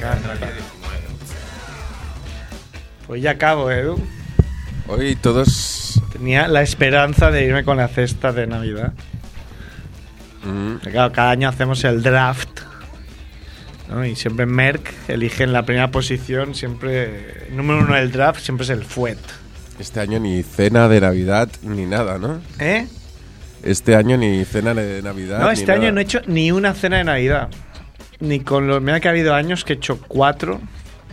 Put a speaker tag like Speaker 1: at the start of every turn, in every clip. Speaker 1: Caramba. Pues ya acabo, Edu.
Speaker 2: Hoy todos.
Speaker 1: Tenía la esperanza de irme con la cesta de Navidad.
Speaker 2: Mm,
Speaker 1: Porque, Claro, cada año hacemos el draft. ¿no? Y siempre Merck elige en la primera posición, siempre. Número uno del draft siempre es el Fuet.
Speaker 2: Este año ni cena de Navidad ni nada, ¿no?
Speaker 1: ¿Eh?
Speaker 2: Este año ni cena de Navidad.
Speaker 1: No,
Speaker 2: Ah, ni
Speaker 1: este año
Speaker 2: nada.
Speaker 1: no he hecho ni una cena de Navidad. Ni con los. Mira que ha habido años que he hecho cuatro.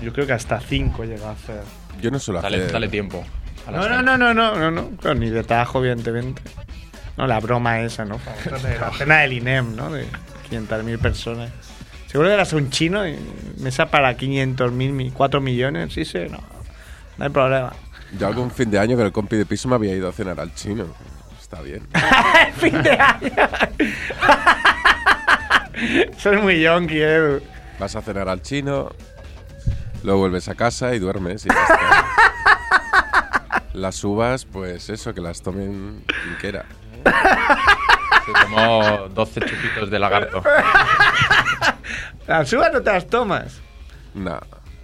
Speaker 1: Yo creo que hasta cinco he llegado a hacer.
Speaker 2: Yo no suelo
Speaker 3: Dale,
Speaker 2: hacer.
Speaker 3: dale tiempo. a la
Speaker 1: No, no, no,
Speaker 3: cena.
Speaker 1: no, no, no, no. Claro, ni de tajo, evidentemente. No, la broma esa, ¿no? Famosa de la cena del INEM, ¿no? De 500.000 personas. Seguro que eras un chino, y mesa para 500.000, mi- 4 millones, sí, sí, no. No hay problema.
Speaker 2: Yo algún fin de año con el compi de piso me había ido a cenar al chino. Está bien.
Speaker 1: fin de año. Soy muy yonki, Edu.
Speaker 2: Vas a cenar al chino, lo vuelves a casa y duermes. y ya está. las uvas, pues eso, que las tomen quien quiera.
Speaker 3: Se tomó 12 chupitos de lagarto.
Speaker 1: Las uvas no te las tomas.
Speaker 2: Nah.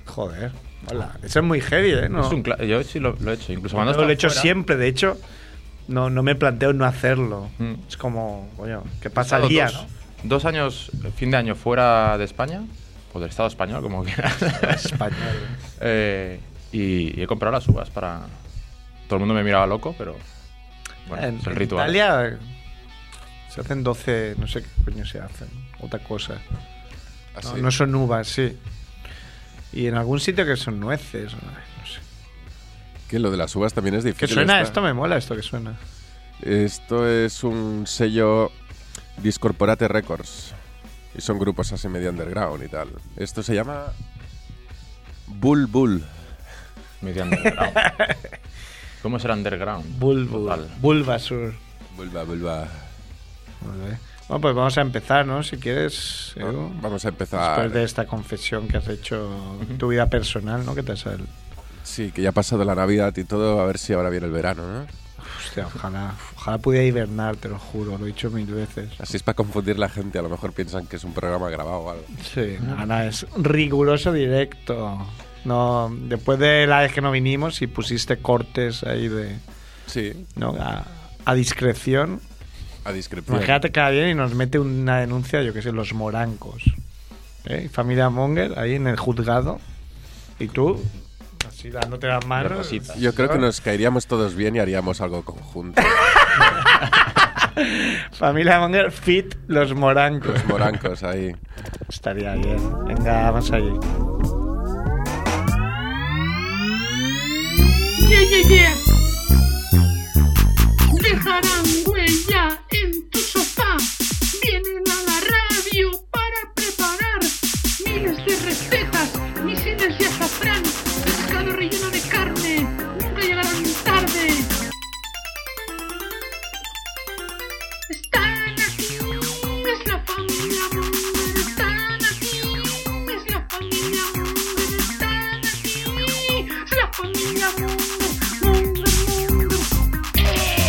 Speaker 1: Joder, hola. Eso es muy heavy, ¿eh? No.
Speaker 3: Es un cla- yo sí lo, lo he hecho. Incluso cuando
Speaker 1: Yo lo he
Speaker 3: he
Speaker 1: hecho siempre, de hecho, no, no me planteo no hacerlo.
Speaker 3: Mm.
Speaker 1: Es como, coño, ¿qué pasaría?
Speaker 3: dos, dos años, eh, fin de año fuera de España, o del Estado español, como quieras.
Speaker 1: Español.
Speaker 3: Eh, y, y he comprado las uvas para. Todo el mundo me miraba loco, pero. Bueno,
Speaker 1: en,
Speaker 3: es el
Speaker 1: en
Speaker 3: ritual.
Speaker 1: Italia eh, se hacen 12, no sé qué coño se hacen, otra cosa.
Speaker 2: Así.
Speaker 1: No, no son uvas, sí. Y en algún sitio que son nueces, no, no sé.
Speaker 2: Que lo de las uvas también es
Speaker 1: ¿Qué
Speaker 2: difícil.
Speaker 1: suena?
Speaker 2: está-
Speaker 1: Esto me mola, esto que suena.
Speaker 2: Esto es un sello Discorporate Records. Y son grupos así medio underground y tal. Esto se llama Bull Bull.
Speaker 3: Medio underground. ¿Cómo será underground?
Speaker 1: Bulbul,
Speaker 3: Total.
Speaker 1: Bulbasur.
Speaker 2: Bulba, bulba.
Speaker 1: Vale. Bueno, pues vamos a empezar, ¿no? Si quieres, Edu.
Speaker 2: Vamos a
Speaker 1: Después de
Speaker 2: empezar.
Speaker 1: esta confesión que has hecho en tu vida personal, ¿no? ¿Qué tal sale?
Speaker 2: Sí, que ya ha pasado la Navidad y todo, a ver si ahora viene el verano, ¿no?
Speaker 1: Hostia, ojalá, ojalá pudiera hibernar, te lo juro, lo he dicho mil veces.
Speaker 2: Así es para confundir la gente, a lo mejor piensan que es un programa grabado o algo.
Speaker 1: Sí, Ana, es riguroso directo. No, después de la vez que no vinimos y pusiste cortes ahí de,
Speaker 2: Sí,
Speaker 1: ¿no? A, a discreción.
Speaker 2: a discreción.
Speaker 1: Imagínate que viene y nos mete una denuncia, yo qué sé, los morancos. ¿Eh? Familia Monger ahí en el juzgado. Y tú, así dándote las
Speaker 3: De
Speaker 1: manos.
Speaker 3: rositas.
Speaker 2: Yo creo que nos caeríamos todos bien y haríamos algo conjunto.
Speaker 1: Familia Monger, fit los morancos.
Speaker 2: Los morancos ahí.
Speaker 1: Estaría bien. Venga, vamos allí.
Speaker 4: Yeah, yeah, yeah. Dejarán huella en tu sofá. Vienen a la radio para preparar miles de recetas, misiles de azafrán, pescado relleno de carne. Nunca llegarán tarde. Están aquí, es la familia Munger. Están aquí, es la familia Munger. Están aquí, es la familia Munger. Munger, Munger.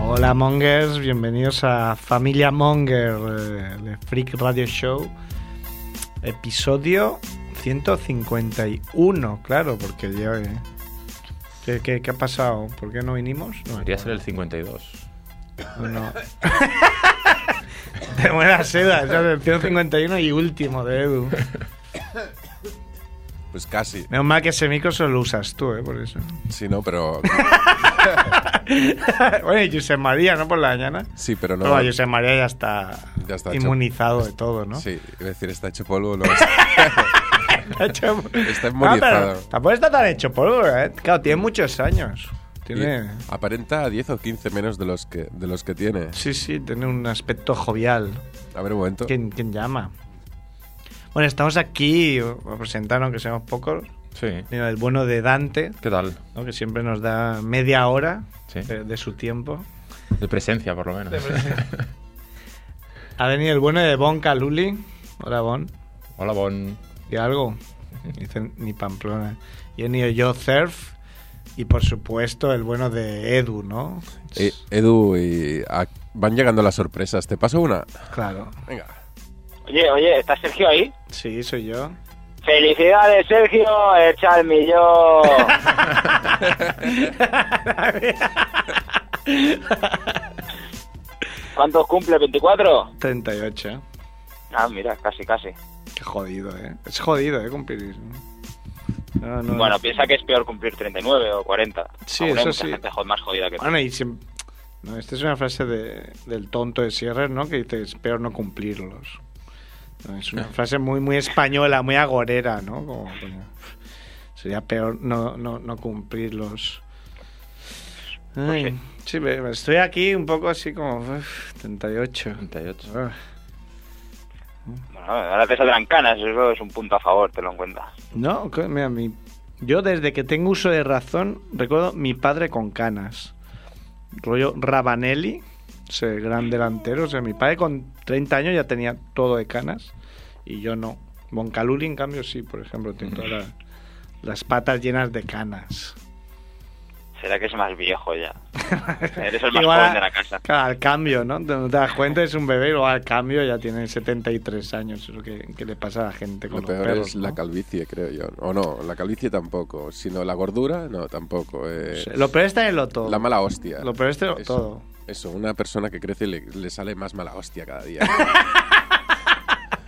Speaker 1: Hola Mongers, bienvenidos a Familia Monger, eh, el Freak Radio Show, episodio 151, claro, porque yo... eh, ¿qué, qué, qué ha pasado? ¿Por qué no vinimos? No, me
Speaker 3: Debería ser el 52.
Speaker 1: acuerdo. No. Te mueras, Seda, es el 151 y último de Edu.
Speaker 2: Pues casi.
Speaker 1: Menos mal que ese micro solo lo usas tú, eh, por eso.
Speaker 2: Sí, no, pero.
Speaker 1: bueno, y Josep María, ¿no? Por la mañana.
Speaker 2: Sí, pero no.
Speaker 1: Pero bueno, Josep María ya está,
Speaker 2: Ya está hecho.
Speaker 1: inmunizado de todo, ¿no?
Speaker 2: Sí, iba a decir, está hecho polvo. No, está-
Speaker 1: Está hecho-
Speaker 2: Está inmunizado.
Speaker 1: pero Tampoco está tan hecho polvo, ¿eh? Claro, tiene muchos años. Tiene.
Speaker 2: y aparenta 10 o 15 menos de los que, de los que tiene.
Speaker 1: Sí, sí, tiene un aspecto jovial.
Speaker 2: A ver un momento.
Speaker 1: ¿Quién, quién llama? Bueno, estamos aquí, presentaron aunque seamos pocos.
Speaker 3: Sí.
Speaker 1: Mira, el bueno de Dante,
Speaker 3: ¿Qué tal?
Speaker 1: ¿no? que siempre nos da media hora
Speaker 3: Sí.
Speaker 1: de, de su tiempo.
Speaker 3: De presencia, por lo menos.
Speaker 1: Ha venido el bueno de Bon Caluli. Hola, Bon.
Speaker 3: Hola, Bon.
Speaker 1: ¿Y algo? Dicen ni Pamplona. Y he ido yo, Surf. Y por supuesto, el bueno de Edu, ¿no?
Speaker 2: Eh, Edu, y a- van llegando las sorpresas. ¿Te paso una?
Speaker 1: Claro.
Speaker 2: Venga.
Speaker 5: Oye, oye, ¿está Sergio ahí?
Speaker 1: Sí, soy yo.
Speaker 5: ¡Felicidades, Sergio! ¡Echa el millón! ¿Cuántos cumple? ¿24?
Speaker 1: 38.
Speaker 5: Ah, mira, casi, casi.
Speaker 1: Qué jodido, ¿eh? Es jodido, ¿eh? Cumplir. No, no.
Speaker 5: Bueno, piensa que es peor cumplir 39 o 40.
Speaker 1: Sí,
Speaker 5: Aún hay
Speaker 1: eso
Speaker 5: mucha
Speaker 1: sí.
Speaker 5: gente jo- más jodida que tú.
Speaker 1: Bueno, y siem- No, esta es una frase de- del tonto de Sierra, ¿no? Que dice, espero no cumplirlos. No, Es una frase muy, muy española, muy agorera, ¿no? Como, coño, sería peor no, no, no cumplirlos. Ay,
Speaker 5: Pues sí.
Speaker 1: sí, me- me estoy aquí un poco así como... uf, 38.
Speaker 3: 38.
Speaker 1: Ah,
Speaker 5: Bueno, ahora te saldrán canas, eso es un punto a favor, te lo cuenta.
Speaker 1: No, co- mira, mi- yo desde que tengo uso de razón recuerdo mi padre con canas. Rollo Rabanelli, ese gran delantero. O sea, mi padre con 30 años ya tenía todo de canas y yo no. Boncaluli, en cambio, sí, por ejemplo, tiene todas la- las patas llenas de canas.
Speaker 5: Será que es más viejo ya. Eres el más
Speaker 1: Igual
Speaker 5: joven
Speaker 1: a-
Speaker 5: de la casa.
Speaker 1: Claro, al cambio, ¿no? Te- No te das cuenta, es un bebé y luego al cambio ya tiene 73 años. Es lo que, que le pasa a la gente con
Speaker 2: Lo
Speaker 1: los
Speaker 2: peor
Speaker 1: perros,
Speaker 2: es la
Speaker 1: ¿no?
Speaker 2: calvicie, creo yo. O no, la calvicie tampoco. Sino la gordura, no, tampoco. eh,
Speaker 1: O sea, Lo peor es tenerlo todo.
Speaker 2: La mala hostia.
Speaker 1: Lo peor es tenerlo
Speaker 2: Eso.
Speaker 1: todo.
Speaker 2: Eso, una persona que crece le, le sale más mala hostia cada día.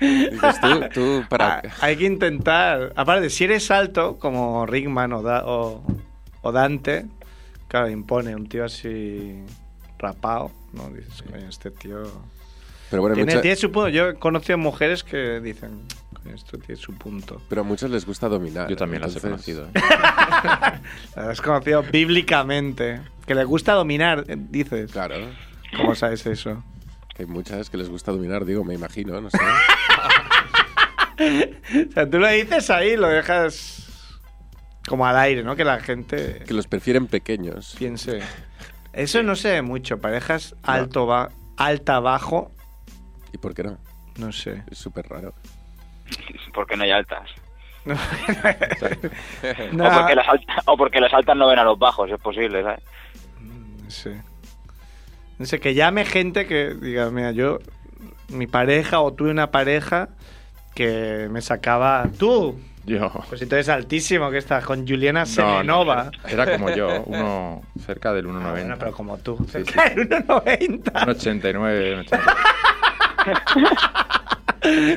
Speaker 2: Dices tú, tú para...
Speaker 1: Ah, hay que intentar. Aparte, si eres alto, como Rickman o, Da- o- o Dante, claro, impone un tío así rapado, ¿no? Dices, coño, este tío.
Speaker 2: Pero bueno,
Speaker 1: Tiene,
Speaker 2: mucha-
Speaker 1: tiene su punto. Yo he conocido mujeres que dicen, coño, esto tiene su punto.
Speaker 2: pero a muchos les gusta dominar.
Speaker 3: Yo también las he
Speaker 2: entonces-
Speaker 3: conocido. ¿eh?
Speaker 1: Lo has conocido bíblicamente. Que le gusta dominar, eh, dices.
Speaker 2: Claro,
Speaker 1: ¿Cómo sabes eso?
Speaker 2: que hay muchas que les gusta dominar, digo, me imagino, no sé.
Speaker 1: O sea, tú lo dices ahí, lo dejas como al aire, ¿no? Que la gente.
Speaker 2: que los prefieren pequeños.
Speaker 1: piense. Eso no se ve mucho. Parejas alto ba- alta bajo,
Speaker 2: ¿Y por qué no?
Speaker 1: no sé.
Speaker 2: Es súper raro.
Speaker 5: Porque no hay altas.
Speaker 1: No,
Speaker 5: O, porque las altas o porque las altas no ven a los bajos, es posible, ¿sabes?
Speaker 1: no sé. No sé, que llame gente que diga, mira, yo mi pareja o tuve una pareja que me sacaba tú.
Speaker 3: Yo.
Speaker 1: Pues si tú eres altísimo que estás con Juliana
Speaker 3: No, no,
Speaker 1: Semenova.
Speaker 3: Era como yo, uno cerca del
Speaker 1: Ah, bueno,
Speaker 3: 1,90.
Speaker 1: pero como tú.
Speaker 3: Sí, sí.
Speaker 1: Cerca del 1,90.
Speaker 3: Un 89, un 80.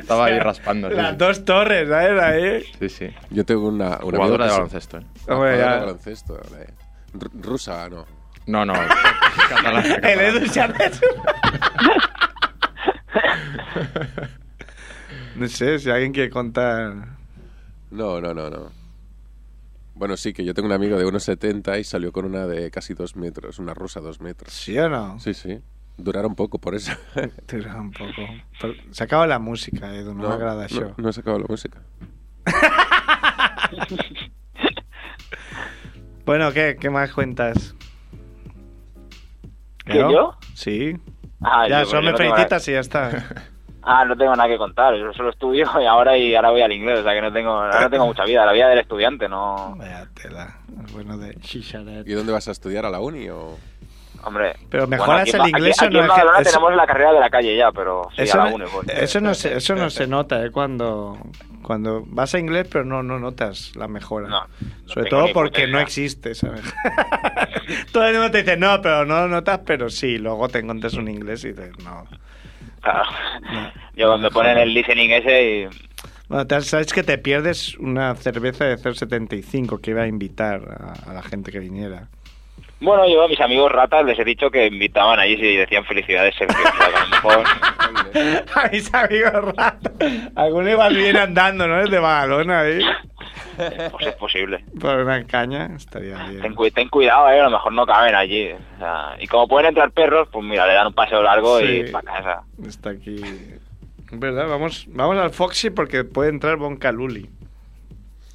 Speaker 3: Estaba ahí raspando. sí,
Speaker 1: Las
Speaker 3: sí.
Speaker 1: dos torres, ¿sabes? Ahí.
Speaker 3: Sí, sí.
Speaker 2: Yo tengo una... una
Speaker 3: Jugadora de
Speaker 2: amiga que se-
Speaker 3: baloncesto. ¿eh?
Speaker 2: Ah,
Speaker 1: Hombre,
Speaker 2: jugadora de
Speaker 1: ya.
Speaker 2: baloncesto, eh. Ru- Rusa, no.
Speaker 3: No, no. catalana,
Speaker 1: El
Speaker 3: catalana.
Speaker 1: Edu se hace su- No sé, si alguien quiere contar.
Speaker 2: No, no, no, no. Bueno, sí, que yo tengo un amigo de 1,70 y salió con una de casi 2 metros, una rusa 2 metros.
Speaker 1: ¿Sí o no?
Speaker 2: Sí, sí. Duraron poco por eso.
Speaker 1: Tira un poco. Pero se acaba la música, Edu, no, me agrada yo.
Speaker 2: no, no se acabó la música.
Speaker 1: Bueno, ¿qué, ¿qué más cuentas?
Speaker 5: ¿Que yo?
Speaker 1: Sí.
Speaker 5: Ah,
Speaker 1: ya,
Speaker 5: yo-
Speaker 1: solo
Speaker 5: yo
Speaker 1: me
Speaker 5: no tengo nada-
Speaker 1: feititas y ya está.
Speaker 5: Ah, no tengo nada que contar, yo solo estudio y ahora y ahora voy al inglés, o sea que no tengo, ahora no tengo mucha vida, la vida del estudiante, no,
Speaker 1: Vaya tela. Es Bueno, de
Speaker 3: Eh.
Speaker 2: ¿Y
Speaker 1: Shisharet.
Speaker 2: dónde vas a estudiar? ¿A la uni o...?
Speaker 5: hombre.
Speaker 1: Pero mejoras
Speaker 5: aquí en
Speaker 1: el
Speaker 5: Ba-
Speaker 1: inglés
Speaker 5: aquí,
Speaker 1: o no,
Speaker 5: aquí en
Speaker 1: es que-
Speaker 5: Badalona
Speaker 1: eso-
Speaker 5: tenemos la carrera de la calle ya, pero sí, a la
Speaker 1: no,
Speaker 5: uni pues, eh, voy.
Speaker 1: eso no se, eso no se nota, ¿eh? Cuando, cuando vas a inglés, pero no, no notas la mejora.
Speaker 5: No, no
Speaker 1: Sobre
Speaker 5: tengo
Speaker 1: todo
Speaker 5: ni puta
Speaker 1: porque no
Speaker 5: idea.
Speaker 1: existe, ¿sabes? todo el mundo te dice, no, pero no notas, pero sí. Luego te encuentras un inglés y dices, no.
Speaker 5: Claro.
Speaker 1: no.
Speaker 5: Yo me ponen el listening ese y
Speaker 1: Bueno, te- sabes que te pierdes una cerveza de 075 que iba a invitar a, a la gente que viniera.
Speaker 5: bueno, yo a mis amigos ratas les he dicho que invitaban allí y decían felicidades Sergio, o sea, que a lo mejor-
Speaker 1: a mis amigos rato. Algunos iban bien andando, ¿no? Desde Badalona, ahí.
Speaker 5: pues es posible.
Speaker 1: Por una caña, estaría bien.
Speaker 5: Ten, cu- ten cuidado, eh, a lo mejor no caben allí. o sea, y como pueden entrar perros, pues mira, le dan un paseo largo
Speaker 1: Sí.
Speaker 5: y para casa.
Speaker 1: Está aquí. Es ¿Verdad? Vamos, vamos al Foxy porque puede entrar Boncaluli.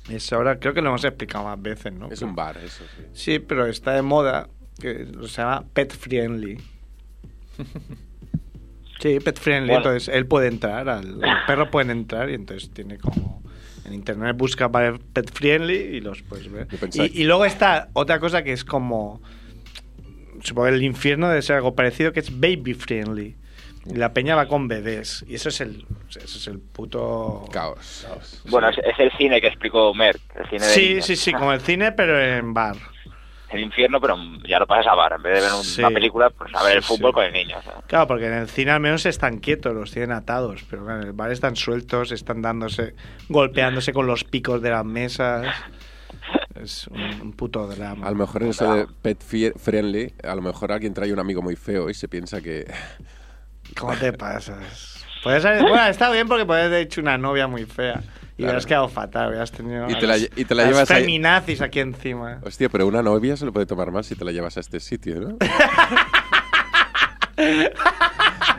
Speaker 1: Eso ahora creo que lo hemos explicado más veces, ¿no?
Speaker 2: Es un bar, eso sí.
Speaker 1: Sí, pero está de moda. Que lo se llama Pet Friendly. Sí, Pet Friendly.
Speaker 5: Bueno.
Speaker 1: Entonces él puede entrar, al, los perros pueden entrar y entonces tiene como. En internet busca para pet friendly y los puedes ver.
Speaker 2: Yo pensaba
Speaker 1: Y, y luego está otra cosa que es como. Supongo que el infierno debe ser algo parecido, que es baby friendly. Y la peña va con bebés. Y eso es el, eso es el puto.
Speaker 2: Caos.
Speaker 5: Bueno, es, es el cine que explicó Merck. El cine de
Speaker 1: Sí,
Speaker 5: niños.
Speaker 1: sí, sí, como el cine, pero en bar.
Speaker 5: El infierno, pero ya lo pasas a bar. En vez de ver un-
Speaker 1: Sí.
Speaker 5: una película, pues a ver
Speaker 1: Sí,
Speaker 5: el fútbol
Speaker 1: sí.
Speaker 5: con el niño. o sea.
Speaker 1: Claro, porque en el cine al menos están quietos, los tienen atados, pero claro, en el bar están sueltos, están dándose, golpeándose con los picos de las mesas. Es un, un puto drama.
Speaker 2: A lo mejor en eso de pet fie- friendly, a lo mejor alguien trae un amigo muy feo y se piensa que.
Speaker 1: ¿Cómo te pasas? Puedes haber- bueno, está bien porque puedes haber hecho una novia muy fea. Y
Speaker 2: Claro.
Speaker 1: hubieras quedado fatal, hubieras tenido.
Speaker 2: Y te la lle- y te la
Speaker 1: las
Speaker 2: llevas ahí.
Speaker 1: feminazis aquí encima.
Speaker 2: Hostia, pero una novia se lo puede tomar mal si te la llevas a este sitio, ¿no? De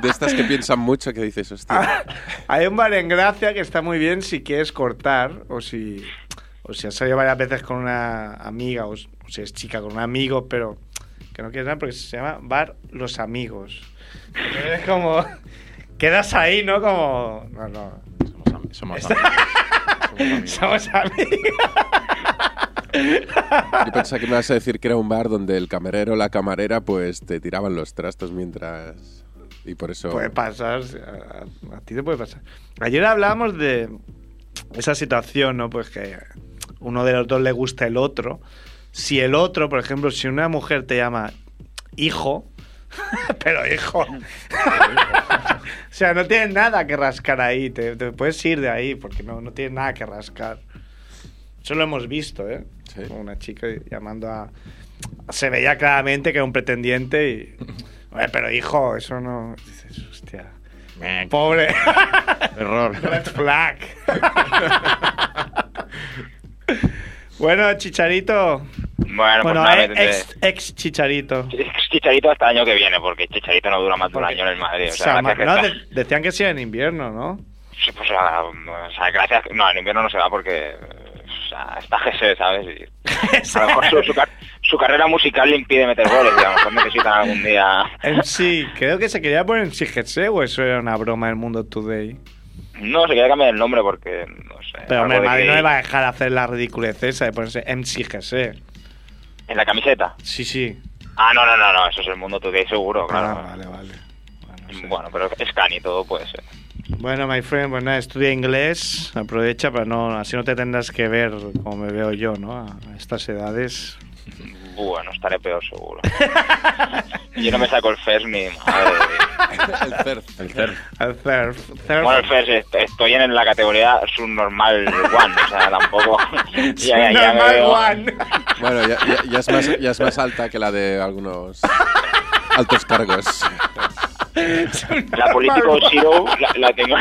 Speaker 2: estas que piensan mucho que dices, hostia.
Speaker 1: Hay un bar en Gracia que está muy bien si quieres cortar o si, o si has salido varias veces con una amiga o, s- o si es chica con un amigo, pero que no quieres nada porque se llama Bar Los Amigos. Entonces es como. Quedas ahí, ¿no? Como. No, no.
Speaker 3: Somos, am- somos amigos. Somos amigos.
Speaker 1: Somos amigos.
Speaker 2: Yo pensaba que me vas a decir que era un bar donde el camarero o la camarera pues te tiraban los trastos mientras... Y por eso...
Speaker 1: Puede pasar, sí, a, a- a ti te puede pasar. Ayer hablábamos de esa situación, ¿no? Pues que uno de los dos le gusta el otro. Si el otro, por ejemplo, si una mujer te llama hijo, pero hijo. o sea, no tienes nada que rascar ahí, te, te puedes ir de ahí porque no, no tienes nada que rascar. Eso lo hemos visto, ¿eh?
Speaker 2: Sí.
Speaker 1: Como Una chica llamando a... Se veía claramente que era un pretendiente y... Hombre, pero hijo, eso no... Dices, hostia... Pobre... Red
Speaker 3: Error.
Speaker 1: flag. bueno, Chicharito.
Speaker 5: Bueno,
Speaker 1: Bueno,
Speaker 5: pues nada,
Speaker 1: eh,
Speaker 5: me tendré-
Speaker 1: ex, ex Chicharito.
Speaker 5: Chicharito hasta el año que viene, porque Chicharito no dura más de un
Speaker 1: Porque-
Speaker 5: año en el Madrid. O
Speaker 1: o
Speaker 5: sea,
Speaker 1: sea,
Speaker 5: gracias
Speaker 1: ma-
Speaker 5: que
Speaker 1: no,
Speaker 5: está-
Speaker 1: de- decían que sí en invierno, ¿no?
Speaker 5: Sí, pues, ah, o sea, gracias. No, en invierno no se va porque o sea, está GC, ¿sabes? Y a lo mejor su, su car- su carrera musical le impide meter goles y a lo mejor necesitan algún día.
Speaker 1: En sí, creo que se quería poner en Sigetse o eso era una broma del mundo today.
Speaker 5: No, se quiere cambiar el nombre porque. No sé,
Speaker 1: Pero hombre, el
Speaker 5: algo de
Speaker 1: Madrid
Speaker 5: que-
Speaker 1: no le va a dejar hacer la ridiculez esa de ponerse MCGC.
Speaker 5: En la camiseta.
Speaker 1: Sí, sí.
Speaker 5: Ah, no, no, no, no, eso es el mundo today seguro, Oh, claro.
Speaker 1: Ah, vale, vale. Bueno, sí.
Speaker 5: Bueno, pero es Cani todo puede ser.
Speaker 1: Bueno, my friend, bueno, estudia inglés, aprovecha, pero no, así no te tendrás que ver como me veo yo, ¿no? A a estas edades.
Speaker 5: Bueno, estaré peor seguro. Yo no me saco el FES ni madre.
Speaker 2: El CERF.
Speaker 3: El CERF.
Speaker 1: Al surf, surf.
Speaker 5: Bueno, el FES, est- estoy en la categoría subnormal one, o sea, tampoco. ya- ya me
Speaker 1: Subnormal
Speaker 5: veo-
Speaker 1: one.
Speaker 2: Bueno, ya, ya- ya es más, ya es más alta que la de algunos altos cargos.
Speaker 5: La político
Speaker 1: Subnormal
Speaker 5: zero la, la tengo.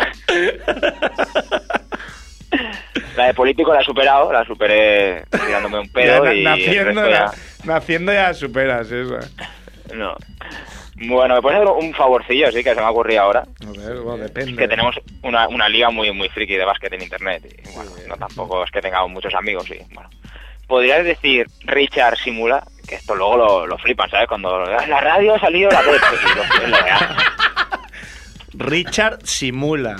Speaker 5: La de político la he superado, la superé tirándome un
Speaker 1: Ya
Speaker 5: pedo
Speaker 1: na-
Speaker 5: y. el
Speaker 1: naciendo,
Speaker 5: resto ya-
Speaker 1: ya, naciendo ya superas eso.
Speaker 5: No. Bueno, me puedes hacer un favorcillo, sí, que se me ha ocurrido ahora.
Speaker 1: No sé, bueno, depende.
Speaker 5: que tenemos una, una liga muy muy friki de básquet en internet y bueno, no tampoco es que tengamos muchos amigos y bueno podrías decir Richard simula que esto luego lo, lo flipan sabes cuando "Ah, en la radio ha salido la vez y lo- y lo vean.
Speaker 1: Richard simula.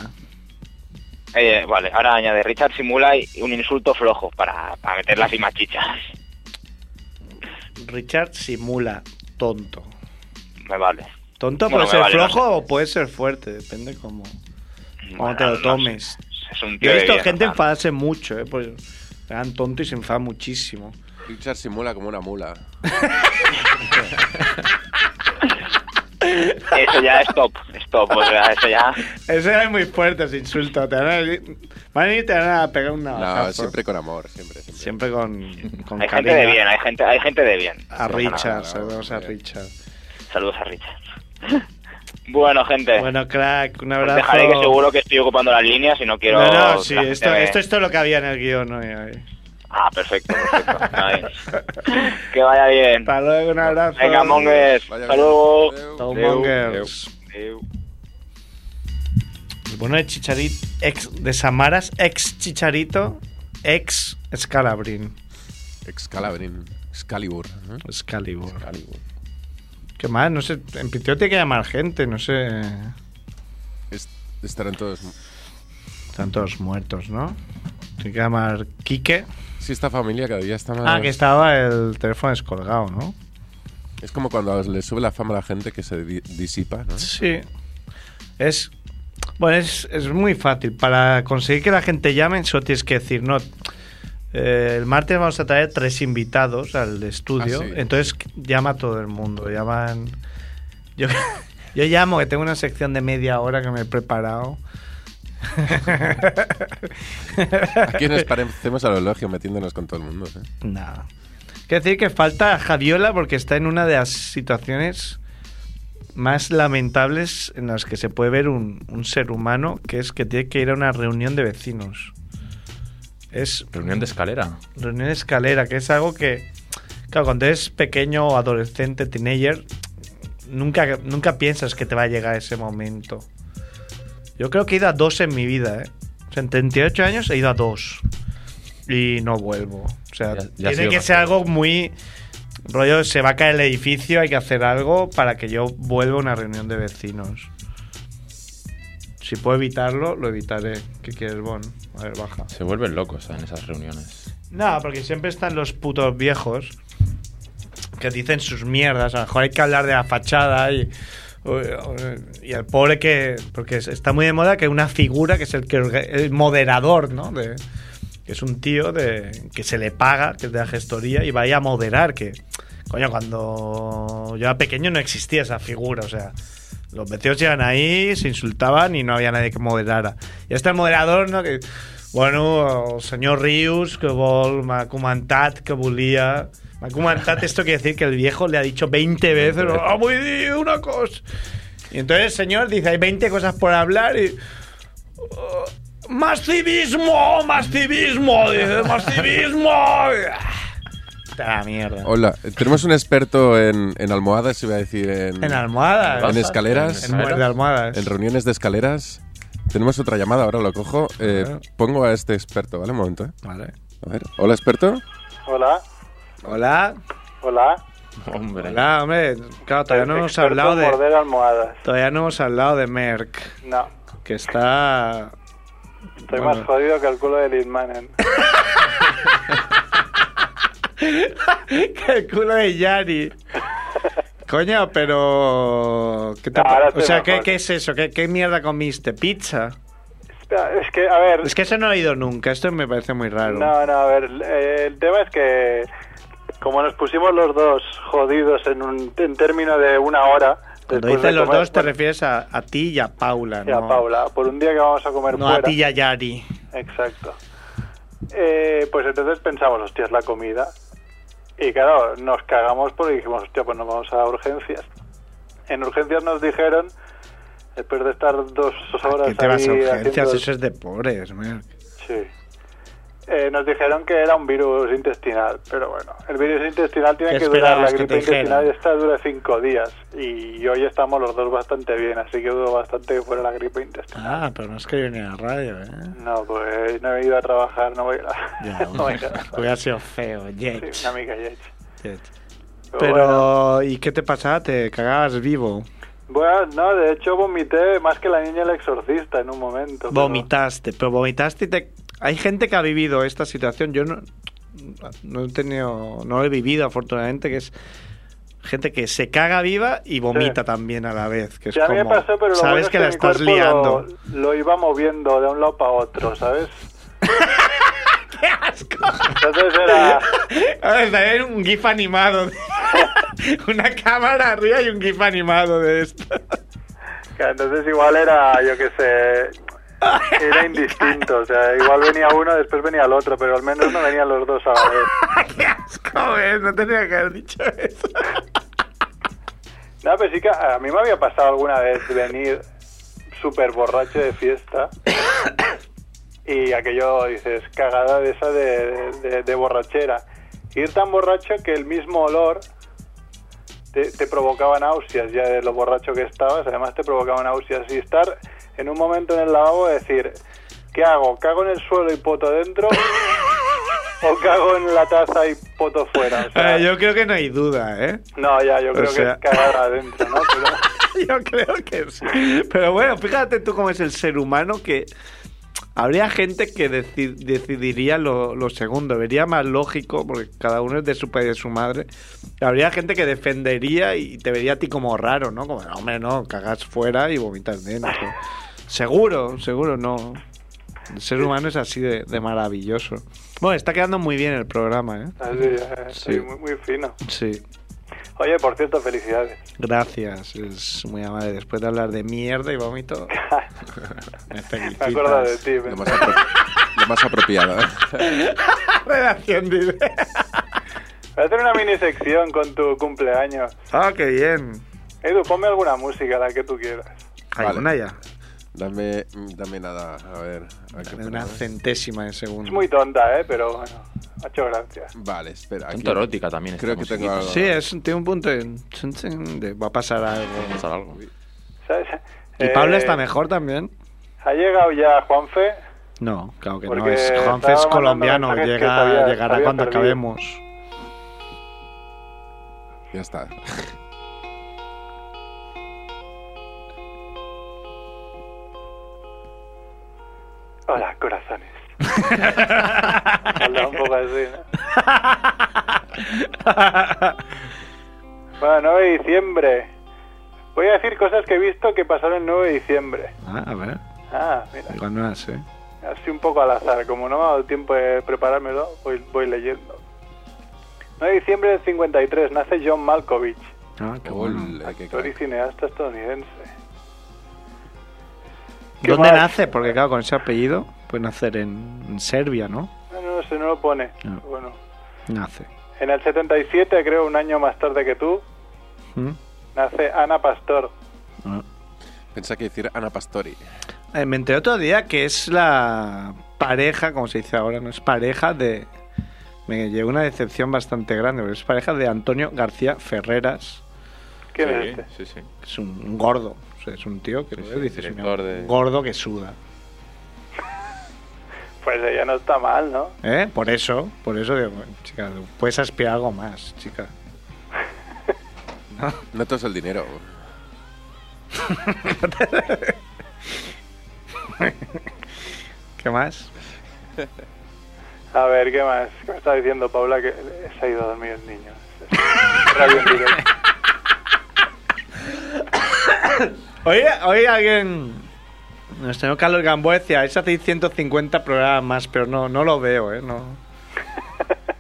Speaker 5: Eh, vale ahora añade Richard simula y un insulto flojo para, para meter las machichas
Speaker 1: Richard simula tonto.
Speaker 5: me vale
Speaker 1: Tonto
Speaker 5: Bueno,
Speaker 1: puede
Speaker 5: me
Speaker 1: ser
Speaker 5: vale, no
Speaker 1: flojo o puede ser fuerte, depende cómo, cómo
Speaker 5: Bueno,
Speaker 1: te lo
Speaker 5: no
Speaker 1: tomes.
Speaker 5: sé. es un tío
Speaker 1: Yo he
Speaker 5: de
Speaker 1: visto
Speaker 5: bien,
Speaker 1: gente
Speaker 5: o sea,
Speaker 1: enfadarse mucho, ¿eh? Pues, eran tonto y se enfada muchísimo.
Speaker 2: Richard simula como una mula.
Speaker 5: eso ya es top es top o sea eso ya
Speaker 1: Eso era muy fuerte, ese insulto. Te van a, van a ir y te van a pegar una
Speaker 2: No, siempre con amor, siempre. siempre.
Speaker 1: siempre con, con
Speaker 5: hay gente
Speaker 1: cariño
Speaker 5: de bien hay gente hay gente de bien
Speaker 1: A
Speaker 5: Sí, ojalá.
Speaker 1: Richard,
Speaker 2: Ojalá,
Speaker 1: saludos a
Speaker 2: ojalá.
Speaker 1: Richard.
Speaker 5: Saludos a Richard. Bueno, gente.
Speaker 1: Bueno, crack, un
Speaker 5: os
Speaker 1: abrazo.
Speaker 5: Eh. Pues dejaré que seguro que estoy ocupando las líneas y no quiero...
Speaker 1: No, no,
Speaker 5: que
Speaker 1: sí,
Speaker 5: la gente
Speaker 1: esto,
Speaker 5: me-
Speaker 1: esto es todo lo que había en el guión hoy. hoy.
Speaker 5: Ah, perfecto, perfecto. Ahí. que vaya bien.
Speaker 1: Hasta luego, un abrazo.
Speaker 5: Venga,
Speaker 2: Vaya-
Speaker 5: Mongers. Pues, Hasta luego.
Speaker 2: Adeu.
Speaker 1: Chao,
Speaker 5: Adeu.
Speaker 1: mongers.
Speaker 5: Adeu.
Speaker 1: Bueno, el chicharito ex de Samaras, ex chicharito, ex Scalabrin.
Speaker 2: Excalabrin. Excalibur. ¿eh?
Speaker 1: Excalibur. ¿Qué más? No sé, en Piteo tiene que llamar gente, no sé.
Speaker 2: Es- estarán todos...
Speaker 1: Están todos muertos, ¿no? Se llama Quique.
Speaker 2: Sí, esta familia cada día está más...
Speaker 1: Ah, que estaba el teléfono descolgado, ¿no?
Speaker 2: Es como cuando le sube la fama a la gente que se di- disipa, ¿no?
Speaker 1: Sí. Es. Bueno, es, es muy fácil. Para conseguir que la gente llame, solo tienes que decir, no. eh, el martes vamos a traer tres invitados al estudio.
Speaker 2: Ah, sí.
Speaker 1: Entonces llama a todo el mundo. Llaman. Yo, yo llamo, que tengo una sección de media hora que me he preparado.
Speaker 2: Aquí nos parecemos al elogio metiéndonos con todo el mundo. ¿eh?
Speaker 1: Nada. Quiero decir que falta Javiola porque está en una de las situaciones más lamentables en las que se puede ver un, un ser humano, que es que tiene que ir a una reunión de vecinos. Es
Speaker 3: Reunión de escalera.
Speaker 1: reunión de escalera, que es algo que, claro, cuando eres pequeño o adolescente, teenager, nunca, nunca piensas que te va a llegar ese momento. Yo creo que he ido a dos en mi vida, ¿eh? O sea, en 38 años he ido a dos. Y no vuelvo. O sea,
Speaker 3: Ya- ya ha
Speaker 1: tiene
Speaker 3: sido
Speaker 1: que ser
Speaker 3: bastante.
Speaker 1: algo muy... Rollo, se va a caer el edificio, hay que hacer algo para que yo vuelva a una reunión de vecinos. Si puedo evitarlo, lo evitaré. ¿Qué quieres, Bon? A ver, baja.
Speaker 3: Se vuelven locos ¿eh? en esas reuniones.
Speaker 1: No, porque siempre están los putos viejos que dicen sus mierdas. A lo mejor hay que hablar de la fachada y, y el pobre que. Porque es- está muy de moda que una figura que es el, que, orga- el moderador, ¿no? De- que es un tío de, que se le paga, que es de la gestoría, y vaya a moderar. Que, coño, cuando yo era pequeño no existía esa figura, o sea. Los vecinos llegan ahí, se insultaban y no había nadie que moderara. Y está el moderador, ¿no? Que, bueno, el senyor Rius, que vol, m'ha comentat que volia... M'ha comentat esto quiere decir que el viejo le ha dicho 20 veces, ¡Ah, voy a decir una cosa! Y entonces el señor dice, hay 20 cosas por hablar y... "Oh, ¡Más civismo! ¡Más civismo! Dice, ¡más civismo! Está la mierda.
Speaker 2: Hola, eh, tenemos un experto en, en almohadas, iba a decir, en,
Speaker 1: En almohadas.
Speaker 2: en escaleras,
Speaker 1: En muerte de almohadas.
Speaker 2: en reuniones de escaleras. Tenemos otra llamada, ahora lo cojo. Eh,
Speaker 1: Claro.
Speaker 2: Pongo a este experto, ¿vale? Un momento, ¿eh?
Speaker 1: Vale.
Speaker 2: A ver. Hola, experto.
Speaker 6: Hola,
Speaker 1: Hola.
Speaker 6: hola.
Speaker 3: Hombre.
Speaker 1: Hola, hombre. Claro, todavía no hemos
Speaker 6: Experto en
Speaker 1: hablado de...
Speaker 6: morder almohadas.
Speaker 1: Todavía no hemos hablado de Merck,
Speaker 6: No,
Speaker 1: que está...
Speaker 6: estoy
Speaker 1: Bueno.
Speaker 6: más jodido que el culo de Litmanen.
Speaker 1: que el culo de Yari. Coño, pero... ¿qué te
Speaker 6: No,
Speaker 1: pa-
Speaker 6: ahora
Speaker 1: o
Speaker 6: estoy
Speaker 1: sea, ¿qué,
Speaker 6: mejor.
Speaker 1: qué es eso? ¿Qué, qué mierda comiste? ¿Pizza?
Speaker 6: Espera, es que, a ver,
Speaker 1: Es que eso no he oído nunca, esto me parece muy raro.
Speaker 6: no, no, a ver, eh, el tema es que como nos pusimos los dos jodidos en un en término de una hora,
Speaker 1: Cuando
Speaker 6: después de
Speaker 1: dices los
Speaker 6: comer
Speaker 1: dos te
Speaker 6: fuera-
Speaker 1: refieres a, a ti y a Paula,
Speaker 6: y a
Speaker 1: ¿no?
Speaker 6: Paula, por un día que vamos a comer
Speaker 1: No a
Speaker 6: fuera.
Speaker 1: ti y a Yari.
Speaker 6: Exacto. Eh, pues entonces pensamos, hostia, es la comida. Y claro, nos cagamos porque dijimos, hostia, pues nos vamos a urgencias. En urgencias nos dijeron, después de estar dos horas
Speaker 1: ¿Qué te vas a
Speaker 6: ahí
Speaker 1: urgencias?
Speaker 6: haciendo-
Speaker 1: Eso es de pobres, Merck.
Speaker 6: Sí. Eh, nos dijeron que era un virus intestinal, pero bueno, el virus intestinal tiene
Speaker 1: ¿Qué
Speaker 6: que durar, la
Speaker 1: esperabas que
Speaker 6: gripe
Speaker 1: te dijeran?
Speaker 6: intestinal esta dura cinco días y hoy estamos los dos bastante bien, así que dudo bastante que fuera la gripe intestinal.
Speaker 1: Ah, pero no es que viene a la radio, ¿eh?
Speaker 6: No, pues no he ido a trabajar, no voy a ir a...
Speaker 1: Ya,
Speaker 6: no voy a ir a trabajar.
Speaker 1: hubiera sido feo, Yech.
Speaker 6: Sí, una amiga Yech.
Speaker 1: Yech.
Speaker 6: Pero, Pues bueno,
Speaker 1: Pero, ¿y qué te pasaba? ¿Te cagabas vivo?
Speaker 6: bueno, no, de hecho vomité más que la niña el exorcista en un momento. pero-
Speaker 1: Vomitaste, pero vomitaste y te... Hay gente que ha vivido esta situación, yo no, no he tenido, no lo he vivido afortunadamente, que es gente que se caga viva y vomita
Speaker 6: Sí.
Speaker 1: también a la vez, que es
Speaker 6: Sí, a mí me
Speaker 1: como,
Speaker 6: pasó, pero lo
Speaker 1: sabes
Speaker 6: bueno es
Speaker 1: que, la
Speaker 6: mi
Speaker 1: estás
Speaker 6: cuerpo
Speaker 1: liando.
Speaker 6: Lo, lo iba moviendo de un lado para otro, ¿sabes?
Speaker 1: ¡Qué asco!
Speaker 6: Entonces era...
Speaker 1: A ver, también un gif animado. Una cámara arriba y un gif animado de esto.
Speaker 6: Que Entonces igual era, yo qué sé, era indistinto, o sea, igual venía uno, después venía el otro, pero al menos no venían los dos a la vez.
Speaker 1: ¡Qué asco, eh! No tenía que haber dicho eso.
Speaker 6: No, Ah, pero sí que a mí me había pasado alguna vez venir súper borracho de fiesta y aquello, dices, cagada de esa de, de- de borrachera. Ir tan borracho que el mismo olor te, te provocaba náuseas ya de lo borracho que estabas, además te provocaba náuseas. Y estar en un momento en el lavabo y decir, ¿qué hago? ¿Cago en el suelo y poto dentro? ¿O cago en la taza y poto fuera? O sea,
Speaker 1: Eh, yo creo que no hay duda, ¿eh?
Speaker 6: No, ya, yo
Speaker 1: o
Speaker 6: creo
Speaker 1: sea-
Speaker 6: que es cagar adentro, ¿no? Pero-
Speaker 1: Yo creo que sí. Pero bueno, fíjate tú cómo es el ser humano que Habría gente que deci- decidiría lo, lo segundo, vería más lógico, porque cada uno es de su país y de su madre. Habría gente que defendería y te vería a ti como raro, ¿no? Como, "No, hombre, no, cagas fuera y vomitas dentro. seguro, seguro, no. El ser humano es así de, de maravilloso. Bueno, está quedando muy bien el programa, ¿eh?
Speaker 6: Así, eh,
Speaker 1: Sí.
Speaker 6: sí, muy, muy fino.
Speaker 1: Sí.
Speaker 6: Oye, por cierto, felicidades.
Speaker 1: Gracias, es muy amable. Después de hablar de mierda y vómito, me
Speaker 6: Me acuerdo de
Speaker 1: felicitas.
Speaker 6: ti.
Speaker 2: Lo
Speaker 6: me-
Speaker 2: más, apro- lo más apropiado. ¿eh?
Speaker 1: Relación directa.
Speaker 6: Voy a hacer una mini sección con tu cumpleaños.
Speaker 1: Ah, qué bien.
Speaker 6: Edu, ponme alguna música, la que tú quieras.
Speaker 1: Hay
Speaker 2: Vale.
Speaker 1: una ya.
Speaker 2: Dame, dame nada, a ver. a ver qué
Speaker 1: Dame una
Speaker 2: ponemos.
Speaker 1: centésima de
Speaker 6: Es
Speaker 1: segundo.
Speaker 6: muy tonta, ¿eh? Pero bueno, ha hecho gracia.
Speaker 2: Vale, espera. aquí-
Speaker 3: Tanto erótica también.
Speaker 2: Creo que
Speaker 3: estamos
Speaker 2: tengo
Speaker 3: aquí.
Speaker 2: algo.
Speaker 1: Sí, es, tiene un punto de, chin, chin, de- Va a pasar
Speaker 3: Vamos a
Speaker 1: algo.
Speaker 3: pasar algo.
Speaker 6: ¿Sabes?
Speaker 1: ¿Y Pablo
Speaker 6: Eh,
Speaker 1: está mejor también?
Speaker 6: ¿Ha llegado ya Juanfe?
Speaker 1: No, claro que no.
Speaker 6: Porque
Speaker 1: Es,
Speaker 6: estaba
Speaker 1: Juanfe es
Speaker 6: mandando
Speaker 1: colombiano.
Speaker 6: mensajes que
Speaker 1: Llega,
Speaker 6: se había- se
Speaker 1: llegará
Speaker 6: había
Speaker 1: cuando
Speaker 6: perdido.
Speaker 1: acabemos. eh.
Speaker 2: Ya está.
Speaker 6: Hola, corazones. Habla un poco así, ¿no?
Speaker 1: Ah,
Speaker 6: Bueno, 9 de diciembre. Voy a decir cosas que he visto que pasaron el 9 de diciembre.
Speaker 1: Ah, a ver,
Speaker 6: Ah, mira.
Speaker 1: igual no ¿eh? las sé.
Speaker 6: Así un poco al azar, como no me ha dado tiempo de preparármelo, voy, voy leyendo. 9 de diciembre del 53 nace John Malkovich,
Speaker 1: Ah, qué bueno.
Speaker 2: Ole, qué
Speaker 6: actor y
Speaker 2: crack.
Speaker 6: cineasta estadounidense. ¿Qué
Speaker 1: ¿Dónde
Speaker 6: más?
Speaker 1: nace? Porque claro, con ese apellido puede nacer en, en Serbia, ¿no?
Speaker 6: No, no, se no lo pone.
Speaker 1: Ah.
Speaker 6: Bueno,
Speaker 1: Nace.
Speaker 6: en el 77, creo un año más tarde que tú,
Speaker 1: ¿Mm?
Speaker 6: nace Ana Pastor.
Speaker 1: Ah.
Speaker 2: Pensaba que decir Ana Pastori.
Speaker 1: Eh, me enteré otro día que es la pareja, como se dice ahora, no es pareja de. Me llegó una decepción bastante grande, pero es pareja de Antonio García Ferreras,
Speaker 6: ¿Quién
Speaker 3: sí,
Speaker 6: es este?
Speaker 3: Sí, sí.
Speaker 1: que es un, un gordo. o sea, es un tío que
Speaker 3: Sí, sí,
Speaker 1: ¿eh? dices,
Speaker 3: director
Speaker 1: "Mira,
Speaker 3: de-
Speaker 1: gordo que suda.
Speaker 6: Pues ella no está mal, ¿no?
Speaker 1: ¿Eh? Por eso, por eso digo, "Bueno, chica, puedes aspirar a algo más, chica.
Speaker 2: No todo es el dinero.
Speaker 1: ¿Qué más?
Speaker 6: A ver, ¿qué más? ¿Qué me está diciendo Paula que se ha ido a dormir el niño? Era bien directo.
Speaker 1: Hoy, hoy alguien. Nos tengo Carlos Gamboa decía, es hacéis 150 programas más, pero no, no lo veo, ¿eh? No,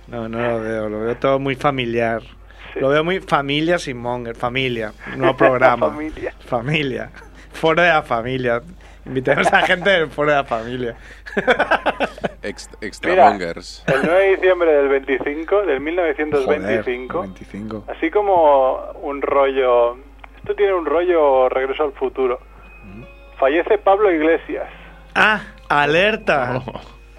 Speaker 1: no, no lo veo, lo veo todo muy familiar.
Speaker 6: Sí.
Speaker 1: Lo veo muy familia sin monger, familia, no programa.
Speaker 6: Familia.
Speaker 1: Familia. Foro de la familia. Invitemos a gente del foro de la familia.
Speaker 2: Ex-
Speaker 6: Mira,
Speaker 2: extramongers.
Speaker 6: el 9 de diciembre del 25, del 1925,
Speaker 1: Joder, 25.
Speaker 6: así como un rollo... Esto tiene un rollo regreso al futuro.
Speaker 1: Mm.
Speaker 6: Fallece Pablo Iglesias,
Speaker 1: Ah,
Speaker 3: Oh.
Speaker 1: alerta.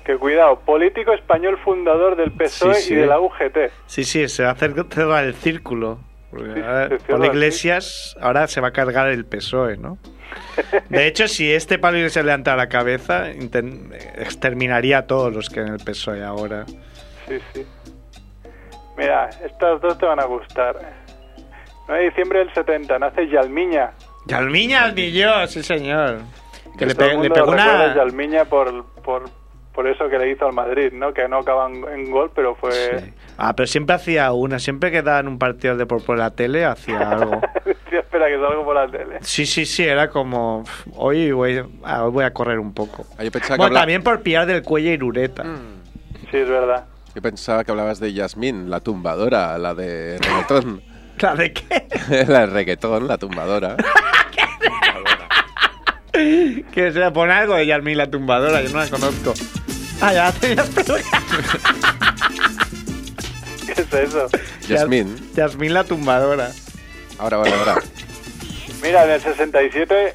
Speaker 6: que cuidado, político español fundador del PSOE
Speaker 1: Sí, sí.
Speaker 6: E y de la UGT.
Speaker 1: Sí, sí, se va a hacer cerrar el círculo. Porque
Speaker 6: Sí,
Speaker 1: ahora
Speaker 6: se cierra
Speaker 1: Pablo
Speaker 6: el
Speaker 1: Iglesias ahora se va a cargar el PSOE, E, ¿no? De hecho, si este Pablo Iglesias levanta la cabeza, inten- exterminaría a todos los que en el PSOE E ahora.
Speaker 6: Sí, sí. Mira, estas dos te van a gustar. 9 de diciembre del 70 nace Yalmiña.
Speaker 1: ¡Yalmiña al millón! Sí, señor. Que le,
Speaker 6: Todo el
Speaker 1: pe- le
Speaker 6: mundo
Speaker 1: pegó
Speaker 6: recuerda
Speaker 1: una...
Speaker 6: a Yalmiña por, por, por eso que le hizo al Madrid, ¿no? Que no acaban en gol, pero fue...
Speaker 1: Sí. Ah, pero siempre hacía una. Siempre que daban un partido de por, por la tele, hacía algo.
Speaker 6: Tío, espera que salgo por la tele.
Speaker 1: Sí, sí, sí, era como... "Pf, Hoy voy, ah, hoy voy a correr un poco.
Speaker 2: Ah, yo, pensaba que
Speaker 1: Bueno,
Speaker 2: habla- Mm.
Speaker 1: también por pillar del cuello Irureta.
Speaker 6: Sí, es verdad.
Speaker 2: yo pensaba que hablabas de Yasmín, la tumbadora, la de reggaetón.
Speaker 1: ¿La de qué?
Speaker 2: la de reggaetón, la tumbadora.
Speaker 1: Que se pone algo de Yasmín la tumbadora, yo no la conozco. Ah, ya la tenías
Speaker 6: ¿Qué es eso?
Speaker 2: Yasmín.
Speaker 1: Yasmín la tumbadora.
Speaker 2: Ahora, ahora, ahora.
Speaker 6: Mira, en el 67,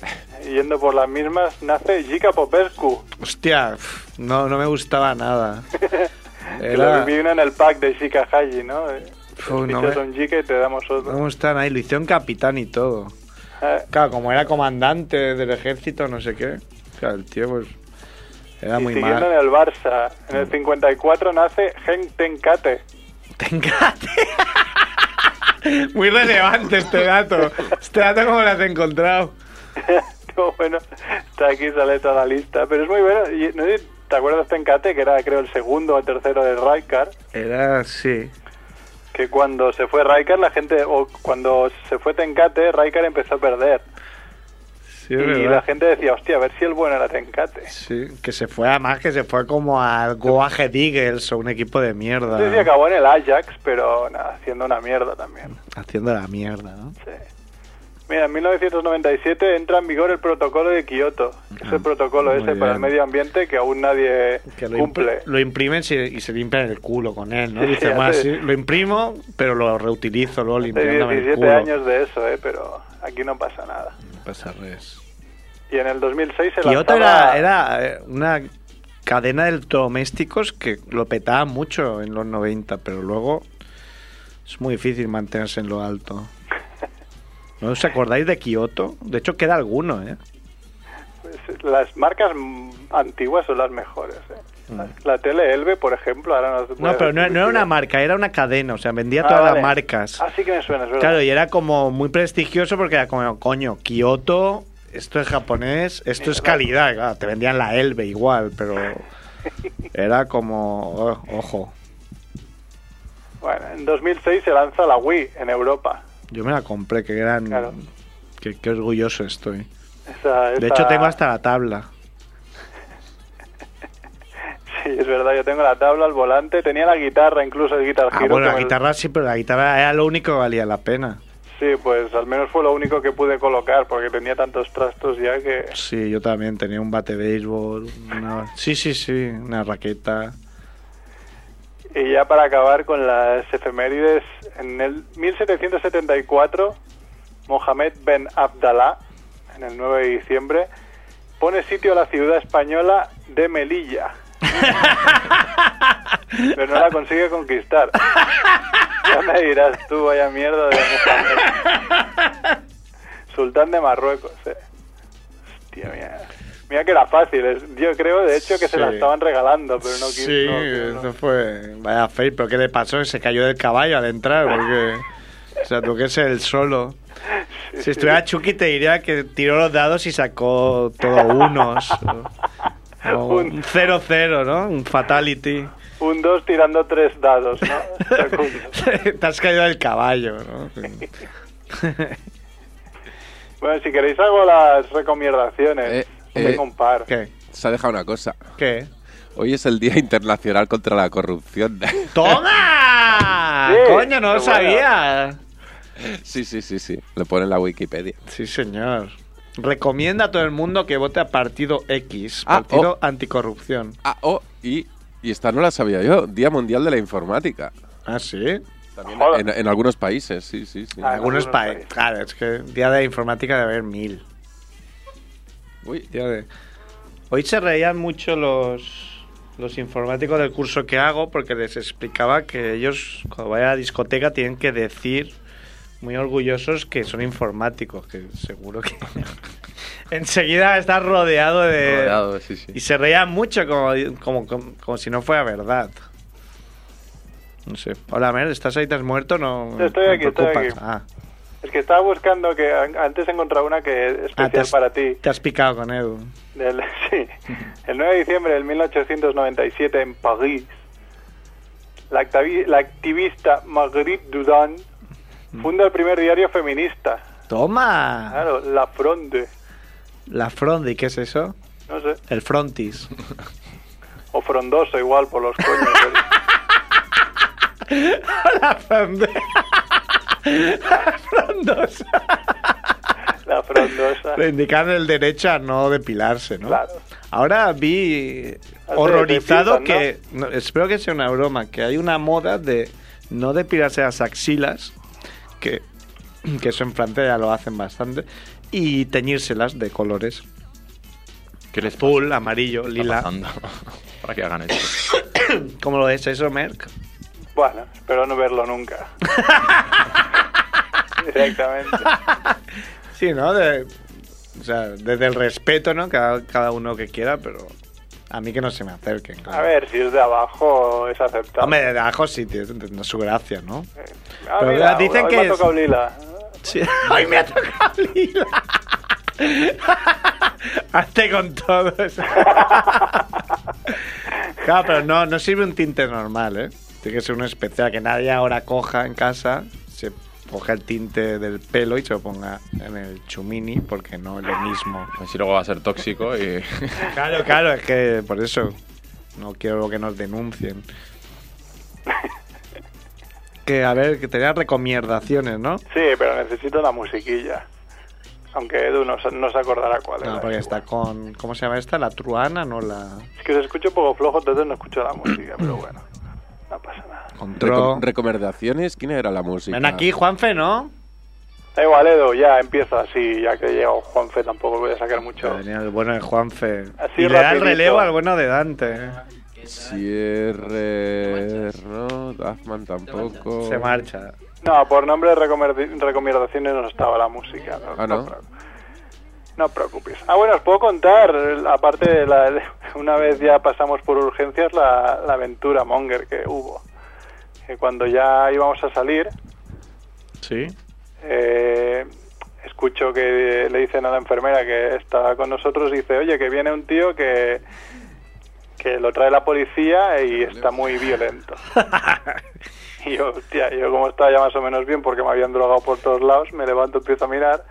Speaker 6: yendo por las mismas, nace Gica Popescu.
Speaker 1: Hostia, pf, no, no me gustaba nada.
Speaker 6: Que lo
Speaker 1: Era,
Speaker 6: vino en el pack de Gica Haji, ¿no? Eh,
Speaker 1: Fu, no
Speaker 6: Fichas
Speaker 1: me-
Speaker 6: un Gica y te damos
Speaker 1: no
Speaker 6: otro.
Speaker 1: me gustaba nada, y lo hicieron capitán y todo.
Speaker 6: Ah,
Speaker 1: Claro, como era comandante del ejército, no sé qué. Claro, el tío, pues. Era
Speaker 6: y
Speaker 1: muy
Speaker 6: siguiendo
Speaker 1: mal.
Speaker 6: en el Barça, en el 54 nace Gen Tenkate.
Speaker 1: Tengate. muy relevante este dato. Este dato, como lo has encontrado?
Speaker 6: digo, bueno, está aquí, sale toda la lista. Pero es muy bueno. Y, no sé si ¿Te acuerdas, Tencate, que era, creo, el segundo o tercero de Raikar?
Speaker 1: Era, sí.
Speaker 6: Que cuando se fue Raikar, la gente, o cuando se fue Tencate, Raikar empezó a perder.
Speaker 1: Sí,
Speaker 6: y
Speaker 1: es verdad.
Speaker 6: la gente decía, hostia, a ver si el bueno era Tencate.
Speaker 1: Sí, que se fue además, que se fue como al Goa Head Eagles o un equipo de mierda.
Speaker 6: No sé si
Speaker 1: ¿no?
Speaker 6: acabó en el Ajax, pero nada, haciendo una mierda también.
Speaker 1: Haciendo la mierda, ¿no?
Speaker 6: Sí. Mira, en 1997 entra en vigor el protocolo de Kioto, que es el protocolo
Speaker 1: Muy
Speaker 6: ese para el
Speaker 1: bien.
Speaker 6: medio ambiente que aún nadie
Speaker 1: Que lo, impr-
Speaker 6: cumple.
Speaker 1: lo imprimen y- y se limpian el culo con él, ¿no?
Speaker 6: Sí,
Speaker 1: Dice,
Speaker 6: sí,
Speaker 1: bueno,
Speaker 6: hace-
Speaker 1: sí, lo imprimo, pero lo reutilizo luego
Speaker 6: Hace
Speaker 1: limpiándome el
Speaker 6: 17
Speaker 1: culo.
Speaker 6: años de eso, eh, pero aquí no pasa nada.
Speaker 1: No pasa res.
Speaker 6: Y en el 2006 se
Speaker 1: Y otra
Speaker 6: lanzaba...
Speaker 1: era, era eh, una cadena de electrodomésticos que lo petaba mucho en los 90, pero luego es muy difícil mantenerse en lo alto. ¿No os acordáis de Kioto? De hecho, queda alguno, ¿eh?
Speaker 6: Pues, las marcas mm, antiguas son las mejores. ¿eh?
Speaker 1: Mm.
Speaker 6: La, la tele Elbe, por ejemplo, ahora nos
Speaker 1: No,
Speaker 6: puede
Speaker 1: pero no, no era una
Speaker 6: decir-
Speaker 1: marca, era una cadena, o sea, vendía
Speaker 6: Ah,
Speaker 1: todas
Speaker 6: vale.
Speaker 1: las marcas.
Speaker 6: Ah, sí que me suena, es verdad.
Speaker 1: Claro, y era como muy prestigioso porque era como, coño, Kioto, esto es japonés, esto es calidad. Claro, te vendían la Elbe igual, pero era como, oh, ojo,
Speaker 6: Bueno, en 2006 se lanza la Wii en Europa.
Speaker 1: yo me la compré, qué gran,
Speaker 6: Claro.
Speaker 1: qué, qué orgulloso estoy.
Speaker 6: Esa-
Speaker 1: De
Speaker 6: esa-
Speaker 1: hecho, tengo hasta la tabla.
Speaker 6: Sí, es verdad, yo tengo la tabla, el volante, tenía la guitarra, incluso el guitar
Speaker 1: Ah,
Speaker 6: Hero,
Speaker 1: bueno,
Speaker 6: que
Speaker 1: la
Speaker 6: me-
Speaker 1: guitarra sí, pero la guitarra era lo único que valía la pena.
Speaker 6: Sí, pues al menos fue lo único que pude colocar, porque tenía tantos trastos ya que...
Speaker 1: Sí, yo también tenía un bate de béisbol, una- sí, sí, sí, una raqueta.
Speaker 6: Y ya para acabar con las efemérides, en el 1774, Mohamed Ben Abdalá, en el 9 de diciembre, pone sitio a la ciudad española de Melilla. Pero no la consigue conquistar. Ya me dirás tú, vaya mierda de Mohamed. Sultán de Marruecos, eh. Hostia, mira. Mira que era fácil. es- Yo creo, de hecho, que se la
Speaker 1: Sí.
Speaker 6: estaban regalando, pero no quiso.
Speaker 1: sí,
Speaker 6: no quiso, no.
Speaker 1: eso fue. Vaya fake, pero ¿qué le pasó? Se cayó del caballo al entrar, porque. O sea, tú que ser el solo. Si estuviera Chucky, te diría que tiró los dados y sacó todo unos. o- o
Speaker 6: Un-
Speaker 1: un 0-0, ¿no? Un fatality.
Speaker 6: Un 2 tirando tres dados, ¿no? Segundo.
Speaker 1: te has caído del caballo, ¿no? Sí.
Speaker 6: bueno, si queréis hago las recomendaciones.
Speaker 2: Eh, eh,
Speaker 6: Tengo un par.
Speaker 1: ¿Qué?
Speaker 2: Se ha dejado una cosa.
Speaker 1: ¿Qué?
Speaker 2: Hoy es el Día Internacional contra la Corrupción.
Speaker 1: ¡Toma!
Speaker 6: Sí,
Speaker 1: ¡Coño, no lo
Speaker 6: qué bueno.
Speaker 1: sabía!
Speaker 2: sí, sí, sí, sí. Lo pone en la Wikipedia.
Speaker 1: Sí, señor. Recomienda a todo el mundo que vote a Partido X,
Speaker 2: Ah,
Speaker 1: Partido Anticorrupción.
Speaker 2: Ah, oh, y, y esta no la sabía yo. Día Mundial de la Informática.
Speaker 1: Ah, sí.
Speaker 2: También
Speaker 6: Joder.
Speaker 2: en, en algunos países, sí, sí, sí.
Speaker 6: Ah,
Speaker 1: Algunos
Speaker 6: algunos
Speaker 1: países.
Speaker 6: países.
Speaker 1: Claro, es que día de informática debe haber mil.
Speaker 2: Uy,
Speaker 1: Día de- Hoy se reían mucho los, los informáticos del curso que hago porque les explicaba que ellos, cuando vayan a la discoteca, tienen que decir muy orgullosos que son informáticos, que seguro que. Enseguida estás rodeado de.
Speaker 3: Rodeado, sí, sí.
Speaker 1: Y se reían mucho como, como, como, como si no fuera verdad. No sé. Hola, Mer, ¿estás ahí? ¿Te has muerto? No,
Speaker 6: No, estoy
Speaker 1: no
Speaker 6: aquí, estoy
Speaker 1: preocupas.
Speaker 6: aquí.
Speaker 1: Ah.
Speaker 6: Es que estaba buscando que an- antes he encontrado una que es
Speaker 1: Ah, te
Speaker 6: especial
Speaker 1: has-
Speaker 6: para ti.
Speaker 1: Te has picado con Edu.
Speaker 6: Del- sí. El 9 de diciembre del 1897 en París, la, actavi- la activista Marguerite Dudan funda el primer diario feminista.
Speaker 1: ¡Toma!
Speaker 6: Claro, La Fronde.
Speaker 1: La Frondi, ¿qué es eso?
Speaker 6: No sé.
Speaker 1: El Frontis.
Speaker 6: O Frondoso igual por los coños. ¿eh? pero-
Speaker 1: La Frondi. La Frondosa.
Speaker 6: La frondosa.
Speaker 1: Le indican el derecho a no depilarse, ¿no?
Speaker 6: Claro.
Speaker 1: Ahora vi horrorizado que. no, espero que sea una broma, que hay una moda de no depilarse las axilas, que, que eso en Francia ya lo hacen bastante, y teñírselas de colores.
Speaker 3: ¿Qué les pasa?
Speaker 1: Azul, amarillo,
Speaker 3: ¿Qué está
Speaker 1: lila.
Speaker 3: pasando? Para que hagan esto.
Speaker 1: ¿Cómo lo es eso, Merck?
Speaker 6: Bueno, espero no verlo nunca. Directamente.
Speaker 1: Sí, ¿no? De- o sea, desde el respeto, ¿no? Cada, cada uno que quiera, pero a mí que no se me acerquen. claro.
Speaker 6: A ver, si es de abajo es aceptable.
Speaker 1: Hombre, de abajo sí, tiene tiene su gracia, ¿no?
Speaker 6: Ah,
Speaker 1: pero
Speaker 6: mira,
Speaker 1: dicen
Speaker 6: hoy
Speaker 1: que
Speaker 6: me ha
Speaker 1: es-
Speaker 6: tocado lila.
Speaker 1: Sí. ¡Ay, me ha tocado lila! Hazte con todos. claro, pero no, no sirve un tinte normal, ¿eh? Tiene que ser uno especial, que nadie ahora coja en casa, se coja el tinte del pelo y se lo ponga en el chumini, porque no es lo mismo.
Speaker 3: Así luego va a ser tóxico y.
Speaker 1: Claro, claro, es que por eso no quiero que nos denuncien. Que a ver, que tenía recomendaciones, ¿no?
Speaker 6: Sí, pero necesito la musiquilla. Aunque Edu no, se- no se acordará cuál
Speaker 1: No,
Speaker 6: era.
Speaker 1: porque está con. ¿Cómo se llama esta? La truana, no la.
Speaker 6: Es que se escucha un poco flojo, entonces no escucho la música, pero bueno, no pasa nada.
Speaker 1: Control.
Speaker 2: Recom- recomendaciones, ¿quién era la música?
Speaker 1: Ven aquí, Juanfe, ¿no?
Speaker 6: Da igual, Edu, ya empieza así, ya que llega Juanfe tampoco voy a sacar mucho.
Speaker 1: Venía el bueno de Juanfe. y
Speaker 6: Así
Speaker 1: le da el
Speaker 6: rapidito.
Speaker 1: relevo al bueno de Dante. ¿eh?
Speaker 2: Sierre, no, Dafman
Speaker 6: Oh.
Speaker 2: tampoco.
Speaker 1: Se marcha.
Speaker 6: No, por nombre de recomer- recomendaciones no estaba la música. No,
Speaker 2: Ah, ¿no?
Speaker 6: No, preocu- no preocupes. Ah, bueno, os puedo contar, eh, aparte, de la, de- una vez ya pasamos por urgencias, la, la aventura Monger que hubo. Que cuando ya íbamos a salir,
Speaker 1: Sí.
Speaker 6: eh, escucho que le dicen a la enfermera que está con nosotros, dice, oye, que viene un tío que, que lo trae la policía y está muy violento. Y yo, hostia, yo como estaba ya más o menos bien porque me habían drogado por todos lados, me levanto, empiezo a mirar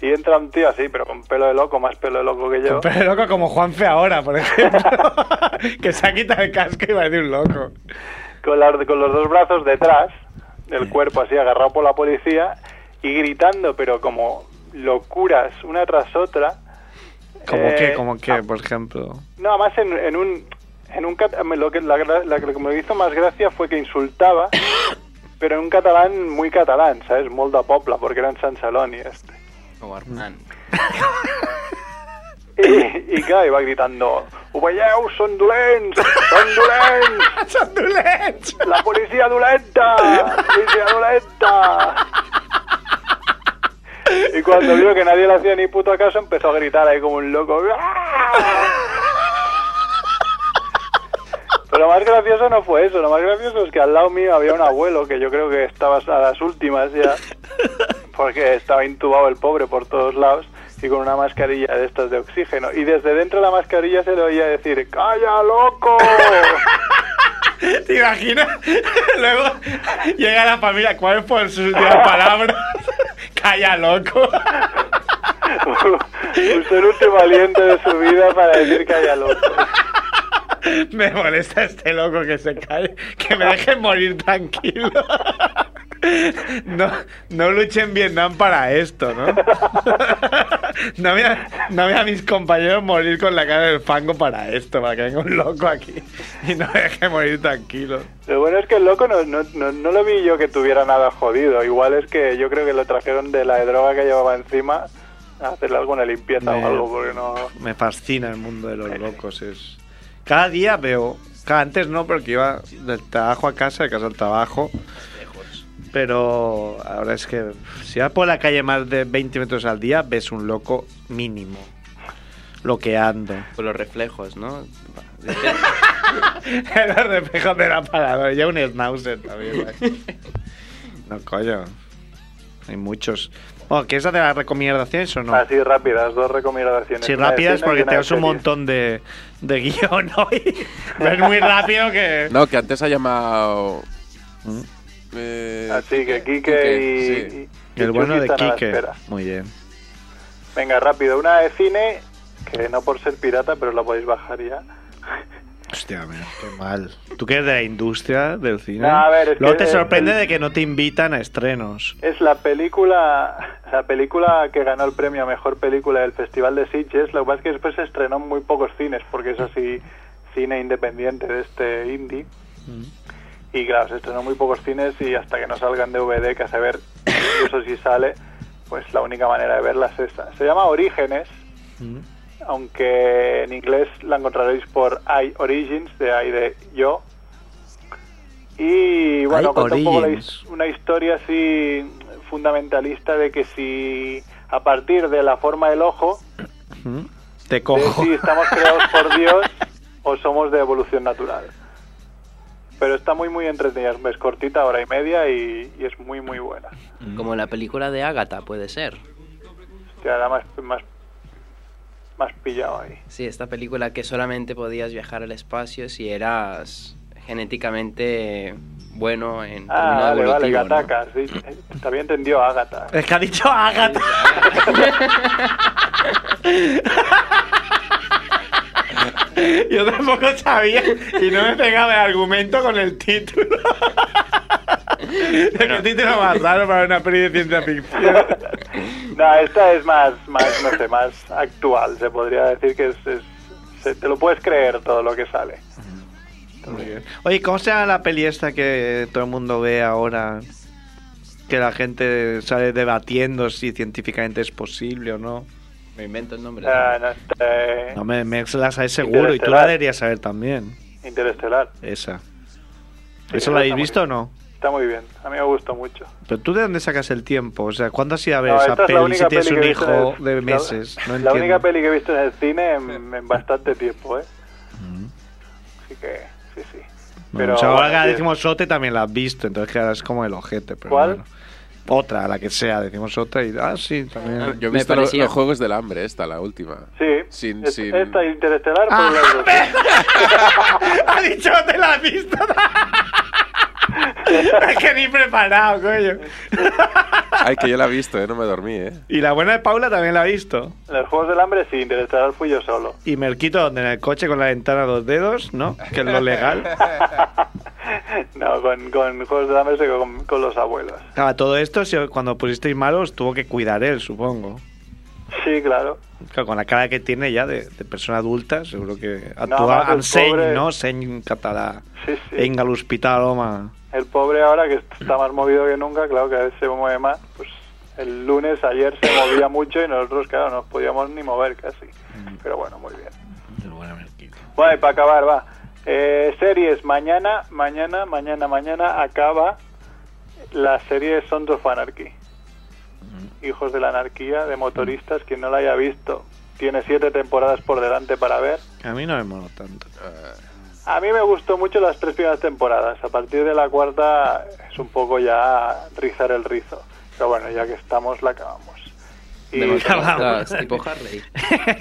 Speaker 6: y entra un tío así, pero con pelo de loco, más pelo de loco que yo.
Speaker 1: Pero loco como Juanfe ahora, por ejemplo. que se ha quitado el casco y va a decir un loco.
Speaker 6: con, las- con los dos brazos detrás del cuerpo así agarrado por la policía y gritando pero como locuras una tras otra
Speaker 1: Como
Speaker 6: Eh,
Speaker 1: que, como que,
Speaker 6: ah,
Speaker 1: por ejemplo.
Speaker 6: no además en, en un en un cat- lo que la, gra- la que me hizo más gracia fue que insultaba pero en un catalán muy catalán sabes molt de poble porque era en San Salón y este
Speaker 7: O Hernán.
Speaker 6: y, y claro iba gritando ho veieu són dolents són dolents
Speaker 1: ¡Son dulets!
Speaker 6: La policía dolenta, policía dolenta. Y cuando vio que nadie le hacía ni puto caso, empezó a gritar ahí como un loco. ¡Ah! Pero lo más gracioso no fue eso, lo más gracioso es que al lado mío había un abuelo que yo creo que estaba a las últimas ya, porque estaba intubado el pobre por todos lados y con una mascarilla de estas de oxígeno. Y desde dentro de la mascarilla se le oía decir, ¡Calla, loco!
Speaker 1: ¿Te imaginas? Luego llega la familia, ¿cuál fue su última palabra? Calla, loco.
Speaker 6: Usó el último aliento de su vida para decir que haya loco.
Speaker 1: Me molesta este loco que se cae, que me dejen morir tranquilo. No, no luché en Vietnam para esto, ¿no? No voy, a, no voy a mis compañeros morir con la cara del fango para esto, para que venga un loco aquí y no me deje morir tranquilo.
Speaker 6: Lo bueno es que el loco no, no, no, no lo vi yo que tuviera nada jodido. Igual es que yo creo que lo trajeron de la droga que llevaba encima a hacerle alguna limpieza
Speaker 1: Me-
Speaker 6: o algo, porque no.
Speaker 1: Me fascina el mundo de los locos. Es... Cada día veo, cada antes no, porque iba del trabajo a casa, de casa al trabajo. Pero ahora es que si vas por la calle más de 20 metros al día, ves un loco mínimo. Bloqueando.
Speaker 7: Por los reflejos, ¿no?
Speaker 1: Los reflejos de la parada. Ya un schnauzer también. ¿vale? No, coño. Hay muchos. Bueno, ¿quieres hacer las recomendaciones o no?
Speaker 6: Así rápidas, dos recomendaciones.
Speaker 1: Sí,
Speaker 6: Una de
Speaker 1: rápidas
Speaker 6: cine y
Speaker 1: porque
Speaker 6: una de
Speaker 1: tenemos un
Speaker 6: series.
Speaker 1: montón de, de guión hoy. Pero es muy rápido que...
Speaker 2: No, que antes ha llamado.
Speaker 1: Mm.
Speaker 2: eh,
Speaker 6: Así Ah, que Quique, y,
Speaker 2: sí.
Speaker 6: y- y
Speaker 1: el bueno
Speaker 6: Chucky
Speaker 1: de
Speaker 6: están a la
Speaker 1: Quique.
Speaker 6: espera.
Speaker 1: Muy bien.
Speaker 6: Venga, rápido, una de cine, que no por ser pirata, pero la podéis bajar ya.
Speaker 1: Hostia, mira, qué mal. ¿Tú que eres de la industria del cine?
Speaker 6: No, a ver, es
Speaker 1: Luego
Speaker 6: que
Speaker 1: te
Speaker 6: el-
Speaker 1: sorprende
Speaker 6: el-
Speaker 1: de que no te invitan a estrenos.
Speaker 6: Es la película, la película que ganó el premio a mejor película del Festival de Sitges. Lo que pasa es que después se estrenó en muy pocos cines, porque es así cine independiente de este indie. Y claro, se estrenó en muy pocos cines y hasta que no salgan DVD, que a saber, incluso si sale, pues la única manera de verla es esa. Se llama Orígenes,
Speaker 1: Mm.
Speaker 6: aunque en inglés la encontraréis por I Origins, de I de yo. Y bueno,
Speaker 1: I
Speaker 6: cuenta un poco la
Speaker 1: Origins.
Speaker 6: his- una historia así fundamentalista de que si a partir de la forma del ojo,
Speaker 1: Mm. Te
Speaker 6: de
Speaker 1: cojo.
Speaker 6: si estamos creados por Dios o somos de evolución natural. Pero está muy, muy entretenida. Es cortita, hora y media, y, y es muy, muy buena.
Speaker 7: Como la película de Ágata, puede ser.
Speaker 6: Hostia, era más, más, más pillado ahí.
Speaker 7: Sí, esta película que solamente podías viajar al espacio si eras genéticamente bueno en
Speaker 6: Ah,
Speaker 7: término
Speaker 6: vale, vale,
Speaker 7: evolutivo, ¿no?
Speaker 6: Gataca, sí. Eh, También entendió Ágata.
Speaker 1: Es que ha dicho Agatha. Yo tampoco sabía y no me pegaba el argumento con el título. Es que el título más raro para una peli de ciencia ficción.
Speaker 6: No, esta es más, más, no sé, más actual, se podría decir que es, es- se- te lo puedes creer todo lo que sale.
Speaker 1: Muy bien. Oye, ¿cómo se llama la peli esta que todo el mundo ve ahora? Que la gente sale debatiendo si científicamente es posible o no.
Speaker 7: Me invento el nombre.
Speaker 6: Ah, no, este,
Speaker 1: No, me, me la sabes seguro y tú la
Speaker 6: Interestelar.
Speaker 1: deberías saber también.
Speaker 6: eh, Interestelar.
Speaker 1: Esa.
Speaker 6: Sí,
Speaker 1: ¿Eso la habéis
Speaker 6: está muy
Speaker 1: visto o
Speaker 6: bien.
Speaker 1: no?
Speaker 6: Está muy bien, a mí me gustó mucho.
Speaker 1: ¿Pero tú de dónde sacas el tiempo? O sea, ¿cuándo has ido a ver
Speaker 6: No,
Speaker 1: esa
Speaker 6: esta es la
Speaker 1: peli si
Speaker 6: única
Speaker 1: tienes
Speaker 6: peli
Speaker 1: un
Speaker 6: que he visto en
Speaker 1: hijo
Speaker 6: el-
Speaker 1: de
Speaker 6: la-
Speaker 1: meses? No
Speaker 6: La única
Speaker 1: entiendo.
Speaker 6: peli que he visto en el cine en, en bastante tiempo, ¿eh? Así que, sí, sí.
Speaker 1: Mm. Bueno, o sea, ahora
Speaker 6: bueno,
Speaker 1: que
Speaker 6: sí.
Speaker 1: decimos Sote también la has visto, entonces que ahora es como el ojete. Pero
Speaker 6: ¿Cuál?
Speaker 1: bueno. Otra, la que sea, decimos otra y. Ah, sí, también.
Speaker 2: Yo he
Speaker 7: Me
Speaker 2: visto lo-
Speaker 7: parecía.
Speaker 2: los Juegos del Hambre, esta, la última.
Speaker 6: Sí,
Speaker 2: Sin-
Speaker 6: es-
Speaker 2: sin-
Speaker 6: esta Interestelar
Speaker 1: Ah,
Speaker 6: por un lado.
Speaker 1: ha dicho te la has visto. es que ni preparado, coño.
Speaker 2: Ay, que yo la he visto, ¿eh? No me dormí, ¿eh?
Speaker 1: y la buena de Paula también la ha visto.
Speaker 6: Los Juegos del Hambre sí, Interestelar fui yo solo.
Speaker 1: Y Merquito, donde en el coche con la ventana a dos dedos, ¿no? Que es lo legal.
Speaker 6: no, con, con Juegos del Hambre se quedó con, con los abuelos.
Speaker 1: Claro, Ah, todo esto, si- cuando pusisteis malos, tuvo que cuidar él, supongo.
Speaker 6: Sí, claro.
Speaker 1: Claro, con la cara que tiene ya de, de persona adulta, seguro que
Speaker 6: más
Speaker 1: actúa
Speaker 6: el
Speaker 1: en seny,
Speaker 6: pobre-
Speaker 1: ¿no? Seny catalá.
Speaker 6: Sí, sí.
Speaker 1: Venga al hospital, Oma.
Speaker 6: El pobre ahora que está más movido que nunca, claro que a veces se mueve más. Pues el lunes, ayer se movía mucho y nosotros, claro, no nos podíamos ni mover casi. Pero bueno, muy bien. Bueno, y para acabar, va. Eh, series, mañana, mañana, mañana, mañana acaba la serie Sons of Anarchy. Hijos de la Anarquía, de motoristas, quien no la haya visto, tiene siete temporadas por delante para ver.
Speaker 1: A mí no me mola tanto.
Speaker 6: A mí me gustó mucho las tres primeras temporadas. A partir de la cuarta es un poco ya rizar el rizo. Pero bueno, ya que estamos, la acabamos. Y-
Speaker 7: De los
Speaker 1: Ya vamos.
Speaker 7: estás, tipo Harley.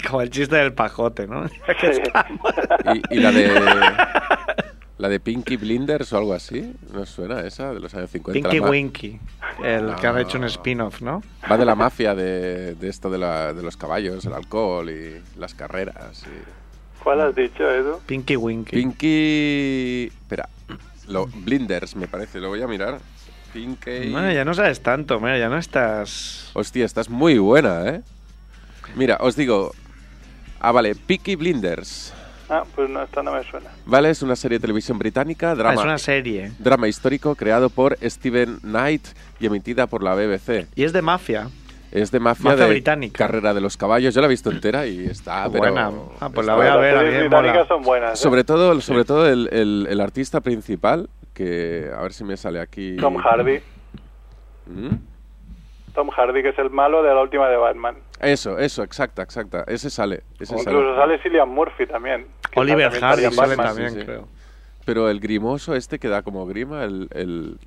Speaker 1: Como el chiste del pajote, ¿no? Ya que
Speaker 6: Sí.
Speaker 1: estamos.
Speaker 2: Y, y la de. La de Pinky Blinders o algo así. ¿No suena esa de los años 50?
Speaker 1: Pinky
Speaker 2: La ma-
Speaker 1: Winky, el que
Speaker 2: No.
Speaker 1: ha hecho un spin-off, ¿no?
Speaker 2: Va de la mafia de, de esto de, la- de los caballos, el alcohol y las carreras. y-
Speaker 6: ¿Cuál has dicho, Edu?
Speaker 1: Pinky Winky.
Speaker 2: Pinky. Espera. Lo, Blinders, me parece. Lo voy a mirar. Pinky.
Speaker 1: Bueno, ya no sabes tanto, mira, ya no estás...
Speaker 2: Hostia, estás muy buena, ¿eh? Mira, os digo. Ah, vale, Peaky Blinders.
Speaker 6: Ah, pues no, esta no me suena.
Speaker 2: Vale, es una serie de televisión británica,
Speaker 1: Ah,
Speaker 2: drama,
Speaker 1: es una serie.
Speaker 2: drama histórico creado por Steven Knight y emitida por la BBC.
Speaker 1: Y es de mafia.
Speaker 2: Es de mafia,
Speaker 1: Mafia
Speaker 2: de
Speaker 1: británica.
Speaker 2: carrera de los caballos. Yo la he visto entera y está, pero-
Speaker 1: Buena. Ah, pues la
Speaker 2: está-
Speaker 1: voy a
Speaker 6: Las
Speaker 1: ver, a
Speaker 6: series
Speaker 1: mí me mola.
Speaker 6: británicas son buenas. ¿eh?
Speaker 2: Sobre todo, sobre todo el, el- el artista principal, que a ver si me sale aquí.
Speaker 6: Tom Hardy.
Speaker 2: ¿Mm?
Speaker 6: Tom Hardy, que es el malo de la última de Batman.
Speaker 2: Eso, eso, exacta, exacta. Ese sale. Ese sale.
Speaker 6: Incluso sale Cillian Murphy también. que
Speaker 1: Oliver
Speaker 6: también
Speaker 1: Hardy
Speaker 6: salía en
Speaker 1: sale
Speaker 6: Batman.
Speaker 1: también,
Speaker 2: sí, sí.
Speaker 1: creo.
Speaker 2: Pero el grimoso este que da como grima, el, el-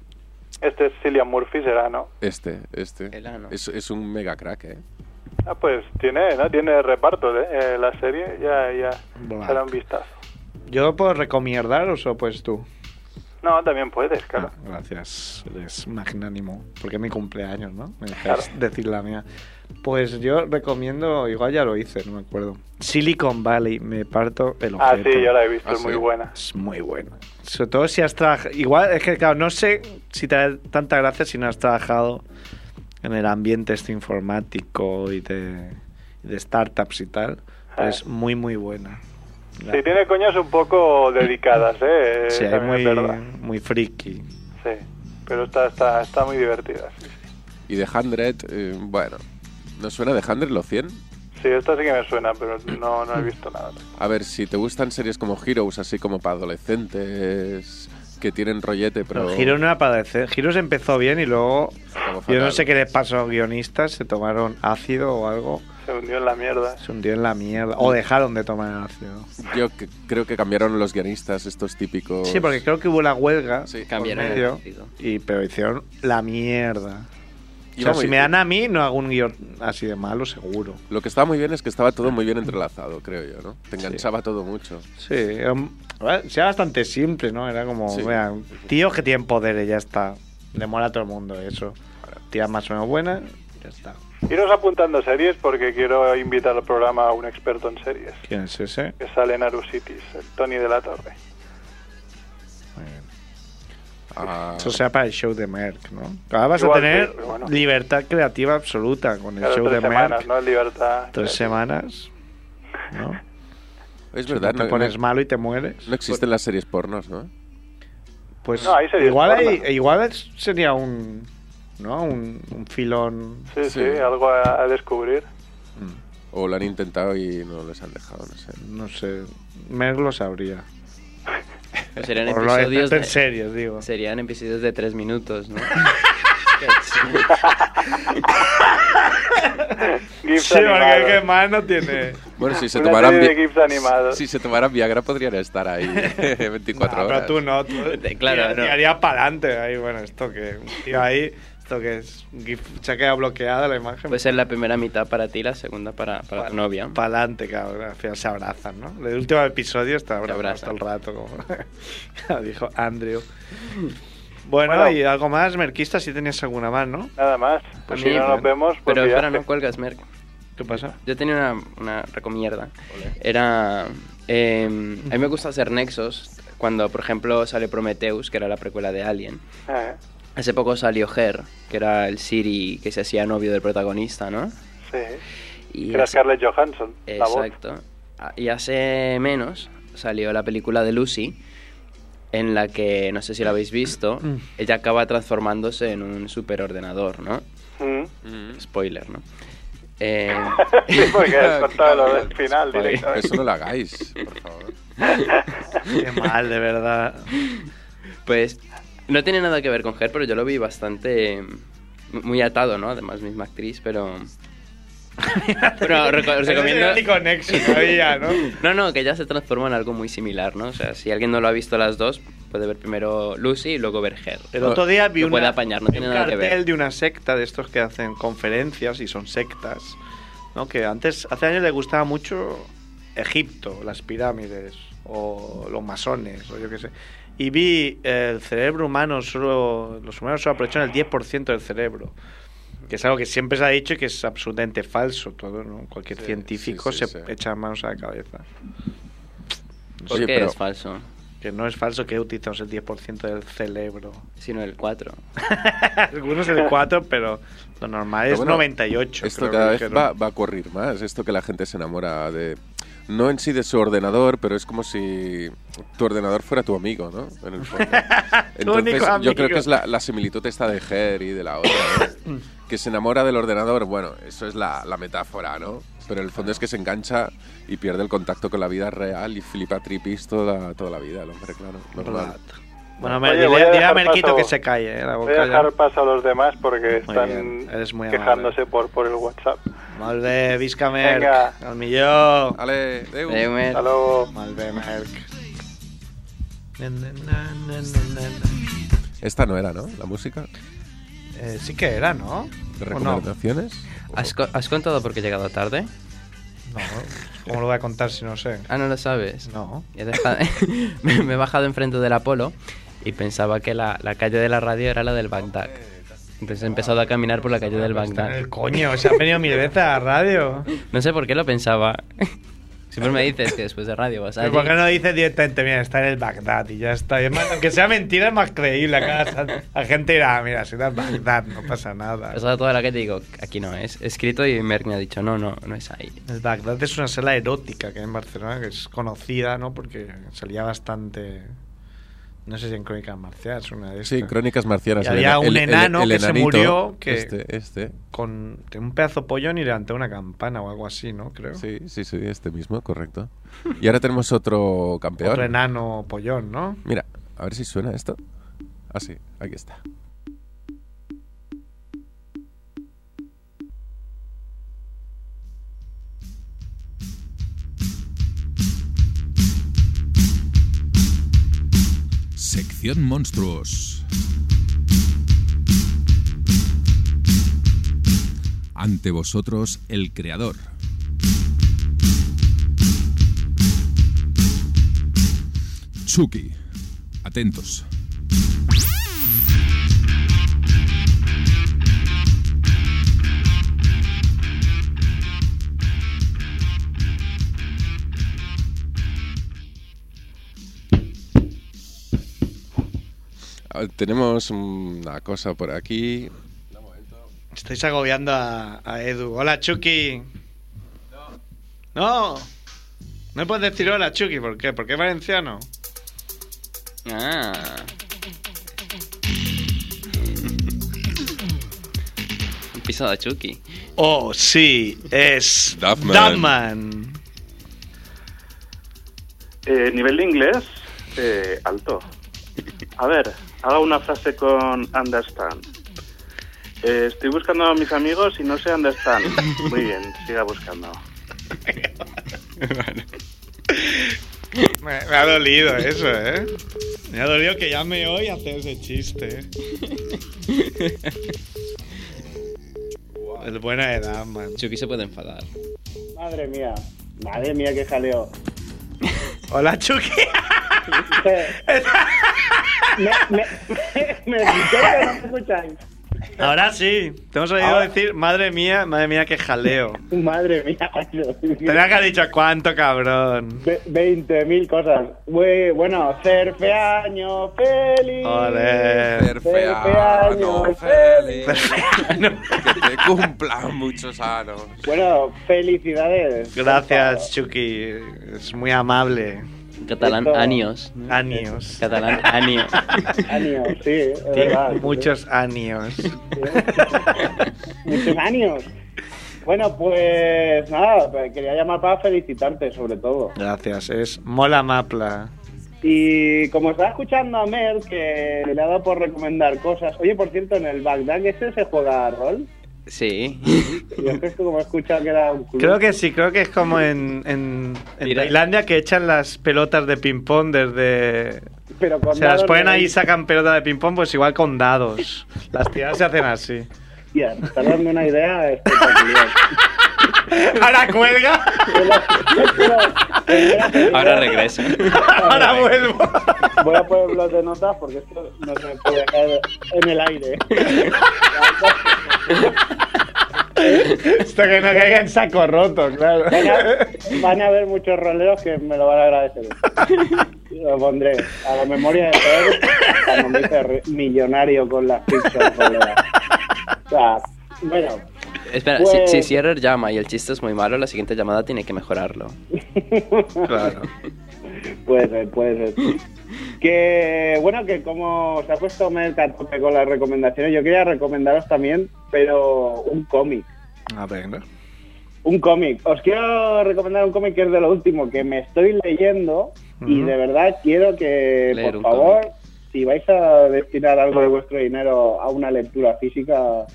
Speaker 6: Este es Cillian Murphy, será, ¿no?
Speaker 2: este, este.
Speaker 7: El ano.
Speaker 2: Es, es un mega crack, ¿eh?
Speaker 6: Ah, pues tiene, ¿no? Tiene reparto, ¿eh? Eh, La serie ya, ya
Speaker 1: Buah.
Speaker 6: será un vistazo.
Speaker 1: ¿Yo puedo recomendaros o pues tú?
Speaker 6: No, también puedes, claro.
Speaker 1: Ah, gracias, eres magnánimo. Porque es mi cumpleaños, ¿no? Me dejas decir la mía. Pues yo recomiendo, igual ya lo hice, no me acuerdo. Silicon Valley, me parto el
Speaker 6: Ah,
Speaker 1: objeto.
Speaker 6: sí, yo la he visto,
Speaker 2: Ah,
Speaker 6: es muy
Speaker 2: sí.
Speaker 6: buena.
Speaker 1: Es muy bueno. Sobre todo si has trabajado. Igual, es que, claro, no sé si te da tanta gracia si no has trabajado en el ambiente este informático y de, y de startups y tal. Pero es muy, muy buena. La-
Speaker 6: Ah. Sí, tiene coñas un poco dedicadas, ¿eh?
Speaker 1: sí, es
Speaker 6: También
Speaker 1: muy,
Speaker 6: es verdad.
Speaker 1: muy friki.
Speaker 6: Sí, pero está, está, está muy divertida. Sí, sí.
Speaker 2: Y de Hundred, eh, bueno. ¿No suena de Hundred los 100?
Speaker 6: Sí, esta sí que me suena, pero no, no he visto nada.
Speaker 2: A ver, si te gustan series como Heroes, así como para adolescentes, que tienen rollete, pero.
Speaker 1: Pero Giro no aparece. Giros empezó bien y luego.
Speaker 2: acabó
Speaker 1: Yo no
Speaker 2: fatal.
Speaker 1: sé qué les pasó a los guionistas. Se tomaron ácido o algo.
Speaker 6: Se hundió en la mierda.
Speaker 1: Se hundió en la mierda. O dejaron de tomar ácido.
Speaker 2: Yo que- creo que cambiaron los guionistas, estos típicos.
Speaker 1: Sí, porque creo que hubo la huelga.
Speaker 2: Pues Sí.
Speaker 1: por
Speaker 7: Cambiaron el
Speaker 1: medio,
Speaker 7: partido.
Speaker 1: y Pero hicieron la mierda. O sea,
Speaker 2: Iba muy
Speaker 1: si me
Speaker 2: bien.
Speaker 1: dan a mí, no hago un guión así de malo, seguro.
Speaker 2: Lo que estaba muy bien es que estaba todo muy bien entrelazado, creo yo, ¿no? Te enganchaba todo mucho.
Speaker 1: Sí, era, un- a ver, era bastante simple, ¿no? Era como,
Speaker 2: Sí.
Speaker 1: mira, tíos que tienen poderes, ya está. Le mola a todo el mundo eso. Tías más o menos buenas, ya está.
Speaker 6: Iros apuntando series porque quiero invitar al programa a un experto en series,
Speaker 1: ¿Quién es ese?
Speaker 6: que sale en Arusitis, el Tony de la Torre.
Speaker 1: Muy bien.
Speaker 2: Ah,
Speaker 1: Eso sea para el show de Merck, ¿no? Ahora vas
Speaker 6: Igual,
Speaker 1: a tener
Speaker 6: sí, pero bueno.
Speaker 1: libertad creativa absoluta con el
Speaker 6: Claro,
Speaker 1: show
Speaker 6: tres
Speaker 1: de
Speaker 6: semanas,
Speaker 1: Merck.
Speaker 6: ¿no? Libertad.
Speaker 1: Tres semanas, ¿no?
Speaker 2: es
Speaker 1: Si
Speaker 2: verdad,
Speaker 1: no te
Speaker 2: no,
Speaker 1: pones
Speaker 2: no-
Speaker 1: malo y te mueres.
Speaker 2: no existen las series pornos, ¿no?
Speaker 1: Pues
Speaker 6: No, ahí sería
Speaker 1: igual,
Speaker 6: porno.
Speaker 1: hay- igual es- sería un, ¿no? un, un filón.
Speaker 6: Sí, sí,
Speaker 2: Sí.
Speaker 6: algo a, a descubrir.
Speaker 2: O lo han intentado y no les han dejado, no sé.
Speaker 1: No sé, Merck lo sabría.
Speaker 7: Pues serían
Speaker 1: Os lo
Speaker 7: episodios
Speaker 1: en
Speaker 7: de,
Speaker 1: serio, digo.
Speaker 7: serían episodios de tres minutos, ¿no?
Speaker 6: GIFs
Speaker 1: Sí, porque
Speaker 6: animados.
Speaker 1: es que más no tiene.
Speaker 2: Bueno, si se
Speaker 6: Una
Speaker 2: tomaran
Speaker 6: serie de
Speaker 2: vi-
Speaker 6: GIFs animados.
Speaker 2: Si se tomaran Viagra podrían estar ahí 24
Speaker 1: Nah,
Speaker 2: horas.
Speaker 1: Pero tú no, tú.
Speaker 7: De- claro,
Speaker 1: tira-
Speaker 7: no.
Speaker 1: tiraría para adelante. Ahí, bueno, esto que. un Tío, ahí. Esto que es. un GIF, se ha quedado bloqueada la imagen.
Speaker 7: Puede ser la primera mitad para ti, la segunda para, para tu novia.
Speaker 1: Para adelante, cabrón. Al final se abrazan, ¿no? El último episodio está abrazado
Speaker 7: abrazan.
Speaker 1: todo el rato, como dijo Andrew. Bueno,
Speaker 6: Bueno.
Speaker 1: y algo más, Merquista, si tenías alguna más, ¿no?
Speaker 6: Nada más.
Speaker 7: Pues
Speaker 6: si
Speaker 7: sí,
Speaker 6: no nos vemos, pues
Speaker 7: Pero
Speaker 6: ya.
Speaker 7: espera, no cuelgas, Merck.
Speaker 1: ¿Qué pasa?
Speaker 7: Yo tenía una, una recomienda. Era. eh, a mí me gusta hacer nexos. Cuando, por ejemplo, sale Prometheus, que era la precuela de Alien.
Speaker 6: Eh,
Speaker 7: Hace poco salió Her, que era el Siri que se hacía novio del protagonista, ¿no?
Speaker 6: sí.
Speaker 7: Y
Speaker 6: Era
Speaker 7: hace-
Speaker 6: Scarlett Johansson, la voz.
Speaker 7: Exacto. Ah, Y hace menos salió la película de Lucy, en la que, no sé si la habéis visto,
Speaker 1: Mm.
Speaker 7: ella acaba transformándose en un superordenador, ¿no?
Speaker 6: Mm.
Speaker 7: Spoiler, ¿no? Eh,
Speaker 6: Sí, porque has cortado lo del final
Speaker 7: Vale.
Speaker 6: directamente.
Speaker 2: Eso no lo hagáis, por favor.
Speaker 1: Qué mal, de verdad.
Speaker 7: pues no tiene nada que ver con Her, pero yo lo vi bastante... eh, Muy atado, ¿no? Además, misma actriz, pero... pero reco- os
Speaker 1: Ese
Speaker 7: recomiendo...
Speaker 1: es el único nexo que había, ¿no?
Speaker 7: No, no, que ya se transforma en algo muy similar, ¿no? O sea, si alguien no lo ha visto las dos, puede ver primero Lucy y luego ver Her.
Speaker 1: El otro día vi
Speaker 7: Lo puede
Speaker 1: una-
Speaker 7: apañar, no
Speaker 1: vi
Speaker 7: tiene
Speaker 1: un
Speaker 7: nada que
Speaker 1: cartel
Speaker 7: ver.
Speaker 1: de una secta de estos que hacen conferencias y son sectas, ¿no? Que antes, hace años le gustaba mucho Egipto, las pirámides o los masones o yo qué sé. Y vi eh, el cerebro humano, solo los humanos solo aprovechan el 10% del cerebro. Que es algo que siempre se ha dicho y que es absolutamente falso todo, ¿no? Cualquier
Speaker 2: Sí,
Speaker 1: científico
Speaker 2: sí, sí,
Speaker 1: se
Speaker 2: sí.
Speaker 1: echa manos a la cabeza.
Speaker 7: ¿Por
Speaker 2: Oye,
Speaker 7: qué
Speaker 2: pero-
Speaker 7: es falso?
Speaker 1: Que no es falso que utilizamos el 10% del cerebro.
Speaker 7: Sino el 4.
Speaker 1: Algunos el 4, pero lo normal
Speaker 2: Pero
Speaker 1: es
Speaker 2: bueno,
Speaker 1: 98.
Speaker 2: Esto
Speaker 1: creo que
Speaker 2: cada vez
Speaker 1: dijeron.
Speaker 2: va, va a ocurrir más, esto que la gente se enamora de... No en sí de su ordenador, pero es como si tu ordenador fuera tu amigo, ¿no? En el fondo. Entonces,
Speaker 1: único
Speaker 2: yo creo
Speaker 1: amigo.
Speaker 2: que es la, la similitud esta de Her y de la otra, ¿no? que se enamora del ordenador, bueno, eso es la, la metáfora, ¿no? Pero en el fondo es que se engancha y pierde el contacto con la vida real y flipa tripis toda, toda la vida, el hombre, claro. normal.
Speaker 1: Bueno,
Speaker 6: Oye,
Speaker 1: Mer,
Speaker 6: voy a
Speaker 1: dile, dile a
Speaker 6: dejar
Speaker 1: Merquito
Speaker 6: paso-
Speaker 1: que se calle. eh, La
Speaker 6: Voy
Speaker 1: boca ya.
Speaker 6: a dejar paso a los demás porque
Speaker 1: Muy bien,
Speaker 6: están
Speaker 1: eres muy amable.
Speaker 6: quejándose por, por el WhatsApp.
Speaker 1: Molt bé, visca Merck.
Speaker 6: Venga.
Speaker 1: El millor.
Speaker 2: Ale, adeu.
Speaker 6: Hasta luego.
Speaker 1: Molt bé, Merck. Na, na, na, na, na, na.
Speaker 2: Esta no era, ¿no? La música.
Speaker 1: Eh, sí que era, ¿no?
Speaker 2: ¿De
Speaker 1: ¿O no?
Speaker 2: recomendaciones?
Speaker 7: ¿Has, co- has contado por qué he llegado tarde?
Speaker 1: No, ¿cómo lo voy a contar si no sé?
Speaker 7: Ah, no lo sabes.
Speaker 1: No.
Speaker 7: He dejado- me, me he bajado enfrente del Apolo y pensaba que la, la calle de la radio era la del Bagdad. Entonces he empezado a caminar por la calle del
Speaker 1: Está en
Speaker 7: Bagdad.
Speaker 1: el coño, se ha venido mil veces a la radio.
Speaker 7: No sé por qué lo pensaba. Siempre me dices que después de radio vas a...
Speaker 1: Pero ¿Por qué no dices directamente, mira, está en el Bagdad y ya está? Y es más, aunque sea mentira, es más creíble. Cada sa- la gente dirá, "Ah, mira, si era el Bagdad, no pasa nada.
Speaker 7: Pasado toda la que te digo, aquí no es. He escrito y Merck me ha dicho, no, no, no es ahí.
Speaker 1: El Bagdad es una sala erótica que hay en Barcelona, que es conocida, ¿no? Porque salía bastante. No sé si en Crónicas Marciales, una de estas.
Speaker 2: Sí, Crónicas Marcianas.
Speaker 1: Este. Y había un enano que se
Speaker 2: enanito,
Speaker 1: murió que-
Speaker 2: Este, este.
Speaker 1: Con tenía un pedazo de pollón y levanté una campana o algo así, ¿no? Creo.
Speaker 2: Sí, sí, sí, este mismo, correcto. Y ahora tenemos otro campeón.
Speaker 1: Otro enano pollón, ¿no?
Speaker 2: Mira, a ver si suena esto. Ah, sí, aquí está.
Speaker 8: Sección Monstruos. Ante vosotros, el creador. Chucky. Atentos.
Speaker 2: A ver, Tenemos una cosa por aquí.
Speaker 1: Estáis agobiando a, a Edu. Hola, Chucky. No. No puedes decir hola, Chucky. ¿Por qué? Porque es valenciano.
Speaker 7: Ah. Han pisado a Chucky.
Speaker 1: Oh, sí, es
Speaker 2: Duffman.
Speaker 1: Duffman.
Speaker 9: Eh, nivel de inglés, eh, alto. A ver, haga una frase con understand. Eh, estoy buscando a mis amigos y no sé understand. Muy bien, siga buscando.
Speaker 1: Me, me ha dolido eso, ¿eh? Me ha dolido que llame hoy a hacer ese chiste. Es buena de Duffman.
Speaker 7: Chucky se puede enfadar.
Speaker 10: Madre mía, madre mía, qué jaleo.
Speaker 1: Hola, Chucky.
Speaker 10: me, me, me, me escucháis o no me escucháis.
Speaker 1: Ahora sí. Te hemos oído
Speaker 10: Ahora-
Speaker 1: decir, madre mía, madre mía, qué jaleo.
Speaker 10: Madre mía, macho.
Speaker 1: Tendría que haber dicho cuánto, cabrón.
Speaker 10: Ve- 20.000 cosas. Güey, bueno, cerfeaño feliz.
Speaker 1: Ole.
Speaker 2: Perfeano,
Speaker 10: Perfeano,
Speaker 2: feliz.
Speaker 1: Perfeano.
Speaker 2: Que te cumplan muchos años.
Speaker 10: Bueno, felicidades.
Speaker 1: Gracias, Chucky. Es muy amable.
Speaker 7: Catalán
Speaker 10: Esto-
Speaker 7: años.
Speaker 1: Años.
Speaker 7: Catalán años.
Speaker 10: Años, sí, es
Speaker 1: Tiene
Speaker 10: verdad.
Speaker 1: muchos años.
Speaker 10: Muchos años. Bueno, pues nada, pues quería llamar para felicitarte sobre todo.
Speaker 1: Gracias, es Mola Mapla.
Speaker 10: Y como estaba escuchando a Mer, que le ha dado por recomendar cosas. Oye, por cierto, en el Bagdad ese se juega a rol.
Speaker 7: Sí.
Speaker 10: Yo es que es como he escuchado que era un club.
Speaker 1: Creo que sí, creo que es como en, en, en
Speaker 7: Mira.
Speaker 1: Tailandia que echan las pelotas de ping-pong desde.
Speaker 10: Pero con
Speaker 1: Se las
Speaker 10: dados
Speaker 1: ponen
Speaker 10: no
Speaker 1: ahí y
Speaker 10: hay-
Speaker 1: sacan pelotas Pues de ping-pong, pues igual con dados. Las tiradas se hacen así.
Speaker 10: Hostia, me estás dando una idea espectacular.
Speaker 1: Ahora cuelga,
Speaker 10: Pero- espérate,
Speaker 7: Ahora
Speaker 10: yo-
Speaker 7: regreso.
Speaker 1: ahora vuelvo.
Speaker 10: Voy a poner los de notas porque esto no se me puede caer en el aire.
Speaker 1: Esto que no caiga en saco roto, claro.
Speaker 10: Van a, van a haber muchos roleros que me lo van a agradecer. Lo pondré a la memoria de todos cuando me hice re- millonario con las pizzas roleras. O sea, bueno,
Speaker 7: Espera,
Speaker 10: Pues-
Speaker 7: si, si Sierra llama y el chiste es muy malo, la siguiente llamada tiene que mejorarlo.
Speaker 1: Claro.
Speaker 10: puede ser, puede ser. Que bueno, que como se ha puesto Merck a tope con las recomendaciones, yo quería recomendaros también, pero un cómic.
Speaker 1: A ver, ¿no?
Speaker 10: Un cómic. Os quiero recomendar un cómic que es de lo último que me estoy leyendo y
Speaker 1: Ujú.
Speaker 10: de verdad quiero que,
Speaker 7: Leer un
Speaker 10: por favor, si vais a destinar algo de vuestro dinero a una lectura física,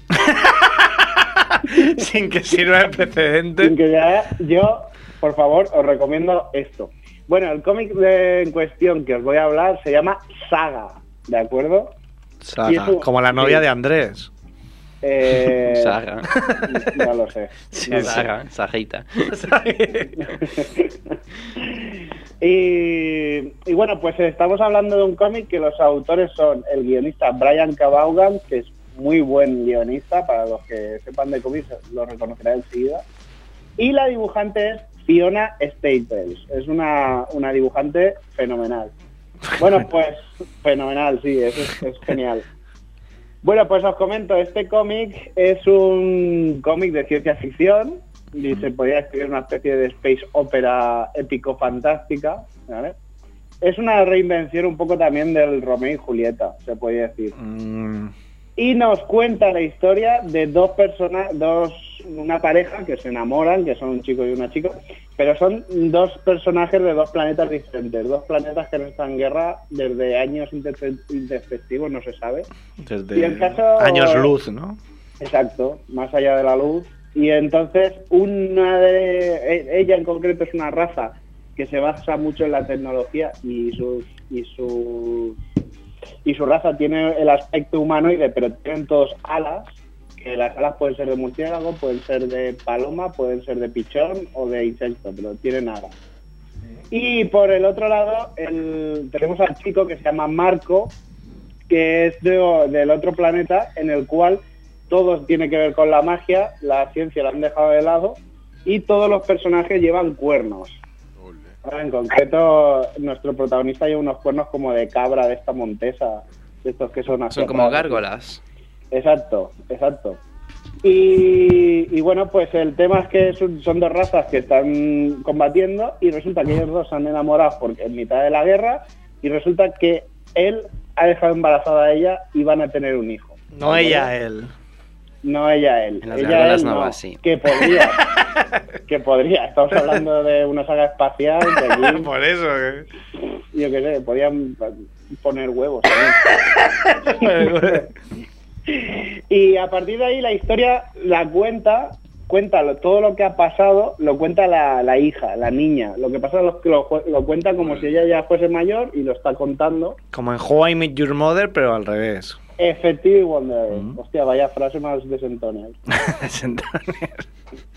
Speaker 1: Sin que sirva de
Speaker 10: sin
Speaker 1: precedente.
Speaker 10: que ya, yo, por favor, os recomiendo esto. Bueno, el cómic de- en cuestión que os voy a hablar se llama Saga, ¿de acuerdo?
Speaker 1: Saga,
Speaker 10: Y eso-
Speaker 1: Como la novia
Speaker 10: sí.
Speaker 1: de Andrés.
Speaker 10: Eh,
Speaker 7: Saga.
Speaker 10: No lo sé.
Speaker 1: Sí,
Speaker 10: No lo sé.
Speaker 7: Saga. Sagita.
Speaker 10: Y, y bueno, pues estamos hablando de un cómic que los autores son el guionista Brian Cabaugan, que es muy buen guionista, para los que sepan de cómics lo reconocerán enseguida. Y la dibujante es Fiona Staples, es una, una dibujante fenomenal. Bueno, pues fenomenal, sí, es, es- es genial. Bueno, pues os comento, este cómic es un cómic de ciencia ficción y se podría escribir una especie de space opera épico-fantástica, ¿vale? Es una reinvención un poco también del Romeo y Julieta, se podría decir.
Speaker 1: Mm,
Speaker 10: Y nos cuenta la historia de dos personas, dos, una pareja que se enamoran, que son un chico y una chica, pero son dos personajes de dos planetas diferentes, dos planetas que no están en guerra desde años interfe- intempestivos, no se sabe. Y
Speaker 1: desde
Speaker 10: el caso-
Speaker 1: años luz, ¿no?
Speaker 10: Exacto, más allá de la luz. Y entonces una de e- ella en concreto es una raza que se basa mucho en la tecnología y sus y su y su raza tiene el aspecto humanoide, pero tienen todos alas que las alas pueden ser de murciélago, pueden ser de paloma, pueden ser de pichón o de insecto, pero tienen alas. Y por el otro lado el- tenemos al chico que se llama Marco, que es de- del otro planeta en el cual todo tiene que ver con la magia, la ciencia la han dejado de lado y todos los personajes llevan cuernos. Ahora en concreto nuestro protagonista lleva unos cuernos como de cabra de esta montesa, de estos que son así.
Speaker 7: Son como
Speaker 10: raros.
Speaker 7: gárgolas.
Speaker 10: Exacto, exacto. Y, y bueno, pues el tema es que son, son dos razas que están combatiendo y resulta que ellos dos se han enamorado porque en mitad de la guerra y resulta que él ha dejado embarazada a ella y van a tener un hijo.
Speaker 1: No ella, eh. él.
Speaker 10: No ella él.
Speaker 7: En las
Speaker 10: ella
Speaker 7: gárgolas
Speaker 10: él,
Speaker 7: no
Speaker 10: no.
Speaker 7: va así.
Speaker 10: Que podría. que podría. Estamos hablando de una saga espacial. De aquí,
Speaker 1: Por eso. eh.
Speaker 10: yo qué sé, podían poner huevos. también. Y a partir de ahí la historia la cuenta, cuenta lo- todo lo que ha pasado, lo cuenta la, la hija, la niña. Lo que pasa lo, lo, lo cuenta como si ella ya fuese mayor y lo está contando.
Speaker 1: Como en How I Met Your Mother, pero al revés.
Speaker 10: Efectivo y Wonder. Hostia, vaya frase más desentonada.
Speaker 1: Sentarme.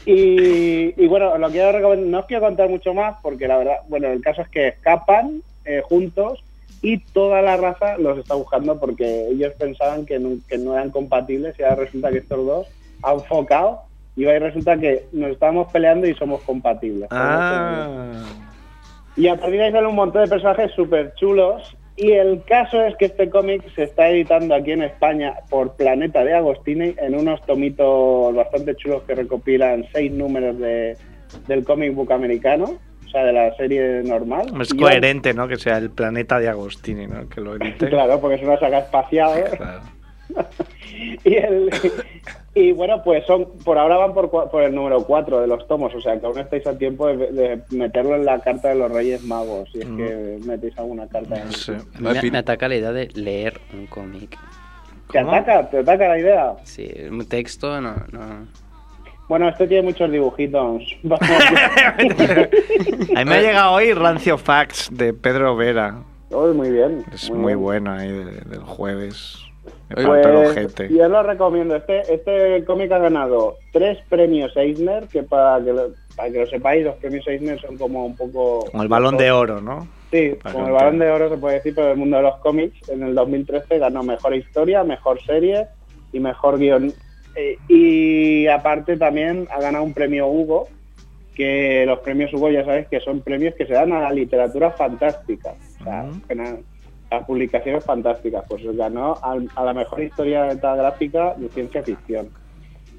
Speaker 10: Y, y bueno, lo quiero recomendar, no os quiero contar mucho más porque la verdad, bueno, el caso es que escapan eh, juntos y toda la raza los está buscando porque ellos pensaban que no, que no eran compatibles y ahora resulta que estos dos han focado y ahí resulta que nos estábamos peleando y somos compatibles.
Speaker 1: ah.
Speaker 10: Y a partir de ahí salen un montón de personajes súper chulos. Y el caso es que este cómic se está editando aquí en España por Planeta de Agostini en unos tomitos bastante chulos que recopilan seis números de, del comic book americano, o sea, de la serie normal.
Speaker 1: Es
Speaker 10: Y yo-
Speaker 1: coherente, ¿no? Que sea el planeta de Agostini, ¿no? Que lo edite.
Speaker 10: Claro, porque es una saga espacial. ¿eh?
Speaker 1: Claro.
Speaker 10: y, el- y bueno, pues son por ahora van por, cua- por el número 4 de los tomos, o sea que aún estáis a tiempo de, de meterlo en la carta de los Reyes Magos, si es que metéis alguna carta. en
Speaker 1: Mm. No sé.
Speaker 7: A mí
Speaker 2: Ah,
Speaker 7: me,
Speaker 2: fin.
Speaker 7: me ataca la idea de leer un cómic.
Speaker 10: ¿Te
Speaker 1: ¿Cómo?
Speaker 10: ataca? ¿Te ataca la idea?
Speaker 7: Sí, un texto no, no.
Speaker 10: Bueno, este tiene muchos dibujitos. Vamos.
Speaker 1: A mí me ha llegado hoy Rancio Facts de Pedro Vera.
Speaker 10: Uy, muy bien.
Speaker 1: Es muy
Speaker 10: bien.
Speaker 1: bueno ahí de- del jueves. Me
Speaker 2: Oye,
Speaker 1: falta el
Speaker 10: Pues,
Speaker 1: ojete.
Speaker 10: yo lo recomiendo. Este, este cómic ha ganado tres premios Eisner, que para que lo, para que lo sepáis, los premios Eisner son como un poco...
Speaker 1: Como el balón de oro, ¿no?
Speaker 10: Sí,
Speaker 1: Para
Speaker 10: como el
Speaker 1: contar.
Speaker 10: balón de oro se puede decir, pero el mundo de los cómics en el 2013 ganó mejor historia, mejor serie y mejor guión. Eh, y aparte también ha ganado un premio Hugo, que los premios Hugo ya sabéis que son premios que se dan a la literatura fantástica, o sea,
Speaker 1: Ujú.
Speaker 10: que na- a publicaciones fantásticas. Pues ganó al- a la mejor historia gráfica de ciencia ficción.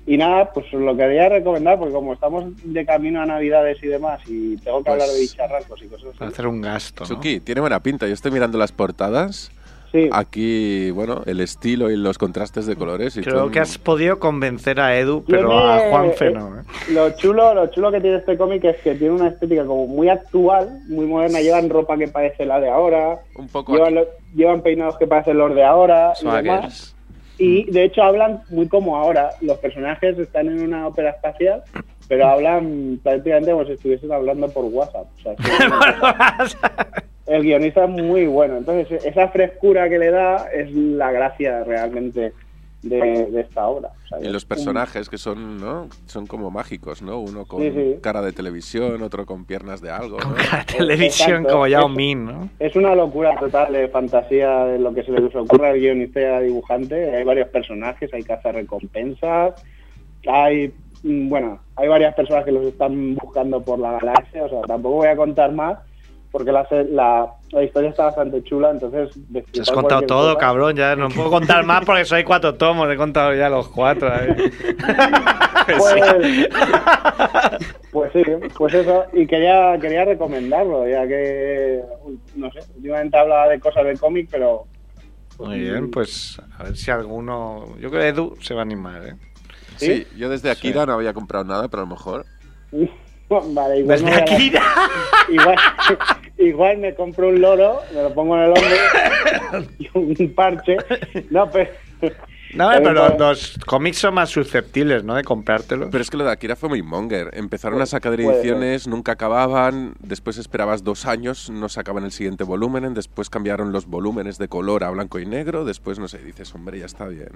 Speaker 10: Y nada, pues os lo quería recomendar, porque como estamos de camino a Navidades y demás, y tengo que
Speaker 2: Pues-
Speaker 10: hablar de bicharracos y cosas
Speaker 1: Para
Speaker 10: así.
Speaker 1: hacer un gasto. ¿no?
Speaker 2: Chucky, tiene buena pinta. Yo estoy mirando las portadas.
Speaker 10: Sí.
Speaker 2: Aquí, bueno, el estilo y los contrastes de colores. Y
Speaker 1: Creo
Speaker 2: son-
Speaker 1: que has podido convencer a Edu, pero
Speaker 10: Yo me-
Speaker 1: a Juanfe no. ¿eh?
Speaker 10: Lo chulo, lo chulo que tiene este cómic es que tiene una estética como muy actual, muy moderna. Llevan ropa que parece la de ahora,
Speaker 2: Un poco
Speaker 10: llevan, lo- llevan peinados que parecen los de ahora. Y, demás.
Speaker 7: Swaggers.
Speaker 10: y de hecho hablan muy como ahora. Los personajes están en una ópera espacial, pero hablan prácticamente como si estuviesen hablando por WhatsApp. O sea, es que- el guionista es muy bueno. Entonces, esa frescura que le da es la gracia realmente de, de esta obra. O sea,
Speaker 2: Y los
Speaker 10: es un-
Speaker 2: personajes que son, ¿no? Son como mágicos, ¿no? Uno con
Speaker 10: Sí, sí.
Speaker 2: cara de televisión, otro con piernas de algo, ¿no?
Speaker 1: La televisión
Speaker 10: Exacto.
Speaker 1: como Yao Min, ¿no?
Speaker 10: Es una locura total de fantasía de lo que se les ocurre al guionista y dibujante. Hay varios personajes, hay cazarrecompensas, hay mm, bueno, hay varias personas que los están buscando por la galaxia, o sea, tampoco voy a contar más porque la, se- la, la historia está bastante chula, entonces... de
Speaker 1: Te has
Speaker 10: explicar
Speaker 1: contado
Speaker 10: cualquier
Speaker 1: todo,
Speaker 10: cosa-
Speaker 1: cabrón. Ya no puedo contar más porque soy cuatro tomos. He contado ya los cuatro. ¿eh?
Speaker 10: Pues, pues sí, pues eso. Y quería, quería recomendarlo, ya que, no sé, últimamente hablaba de cosas de cómic, pero...
Speaker 1: Muy bien, pues a ver si alguno. Yo creo que Edu se va a animar, ¿eh?
Speaker 2: Sí, yo desde Akira no había comprado nada, pero a lo mejor.
Speaker 10: Vale, igual
Speaker 1: Desde
Speaker 10: me voy a la-
Speaker 1: aquí.
Speaker 10: igual, igual me compro un loro, me lo pongo en el hombro y un parche. No, pero,
Speaker 1: No,
Speaker 10: También
Speaker 1: pero los,
Speaker 10: puede-
Speaker 1: los cómics son más susceptibles, ¿no? De comprártelos.
Speaker 2: Pero es que lo de Akira fue muy monger. Empezaron a sacar
Speaker 10: Pues, puede ser.
Speaker 2: ediciones, nunca acababan, después esperabas dos años, no sacaban el siguiente volumen, después cambiaron los volúmenes de color a blanco y negro, después no sé, dices, hombre, ya está bien.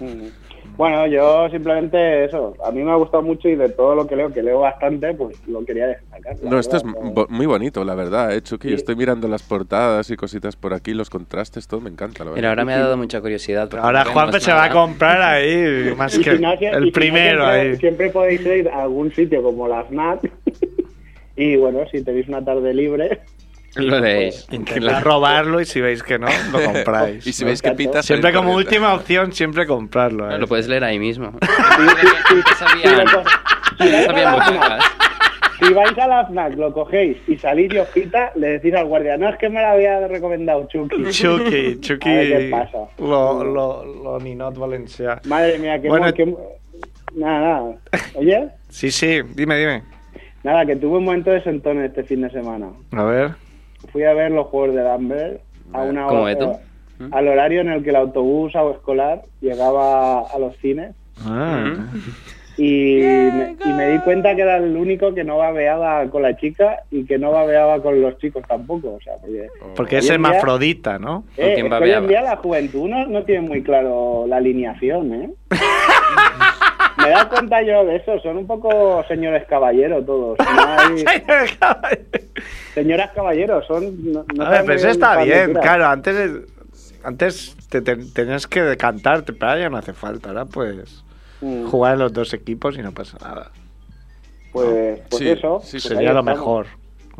Speaker 10: Mm. Bueno, yo simplemente eso. A mí me ha gustado mucho y de todo lo que leo, que leo bastante, pues lo quería destacar. la
Speaker 2: No, esto es
Speaker 10: verdad,
Speaker 2: m-
Speaker 10: ¿no?
Speaker 2: bo- muy bonito, la verdad, ¿eh, Chucky?
Speaker 10: Sí.
Speaker 2: Estoy mirando las portadas y cositas por aquí, los contrastes, todo me encanta, la
Speaker 7: Pero
Speaker 2: verdad.
Speaker 7: ahora me ha dado mucha curiosidad. porque
Speaker 1: Ahora
Speaker 7: no
Speaker 1: Juanpe
Speaker 7: vemos
Speaker 1: se va a
Speaker 7: nada.
Speaker 1: comprar ahí, más
Speaker 10: Y
Speaker 1: que
Speaker 10: si no, si- y si
Speaker 1: el
Speaker 10: no,
Speaker 1: primero
Speaker 10: siempre,
Speaker 1: ahí.
Speaker 10: siempre podéis ir a algún sitio como la FNAC. y bueno, si tenéis una tarde libre,
Speaker 7: Lo leéis.
Speaker 1: Pues, Intentad robarlo y si veis que no, lo compráis.
Speaker 2: y si
Speaker 1: ¿no?
Speaker 2: veis que
Speaker 10: Exacto.
Speaker 2: pita, salid
Speaker 1: Siempre como
Speaker 2: corriendo.
Speaker 1: última opción, siempre comprarlo.
Speaker 7: No,
Speaker 1: ¿eh?
Speaker 7: lo puedes leer ahí mismo. No
Speaker 10: si, lo co- si vais a
Speaker 7: sabía
Speaker 10: la
Speaker 7: mucho
Speaker 10: FNAC,
Speaker 7: más.
Speaker 10: si vais a la FNAC, lo cogéis y salís y os quita, le decís al guardia, no es que me la había recomendado Chucky.
Speaker 1: Chucky, Chucky.
Speaker 10: A ver qué pasa.
Speaker 1: Lo, lo, lo Ninot Valencia.
Speaker 10: Madre mía, qué,
Speaker 1: Bueno.
Speaker 10: mo- qué mo- Nada, nada. Oye,
Speaker 1: Sí, sí, dime, dime.
Speaker 10: nada, que tuve un momento de sentón este fin de semana.
Speaker 1: A ver.
Speaker 10: Fui a ver los Juegos del Hambre a una
Speaker 7: ¿Cómo
Speaker 10: hora- eh,
Speaker 7: Beto?
Speaker 10: al horario en el que el autobús o escolar llegaba a los cines
Speaker 1: Ah.
Speaker 10: y me, y me di cuenta que era el único que no babeaba con la chica y que no babeaba con los chicos tampoco. O sea, porque,
Speaker 1: Porque es
Speaker 10: Hoy en día-
Speaker 1: hermafrodita, ¿no?
Speaker 10: Eh,
Speaker 7: quién
Speaker 10: es que hoy en
Speaker 7: babeaba?
Speaker 10: día la juventud no, no tiene muy claro la alineación, ¿eh? me he dado cuenta yo de eso, son un poco señores caballero todos. no hay- señoras caballeros, son... No, no
Speaker 1: A ver, pero
Speaker 10: saben muy
Speaker 1: eso está
Speaker 10: para dónde
Speaker 1: bien,
Speaker 10: tiran.
Speaker 1: claro. Antes, antes te, te- tenías que decantarte, pero ahora ya no hace falta. Ahora puedes
Speaker 10: Mm.
Speaker 1: jugar en los dos equipos y no pasa nada.
Speaker 10: Pues, pues
Speaker 2: Sí,
Speaker 10: eso.
Speaker 2: sí,
Speaker 10: pues
Speaker 1: Sería
Speaker 10: ahí
Speaker 1: lo
Speaker 10: estamos.
Speaker 1: mejor.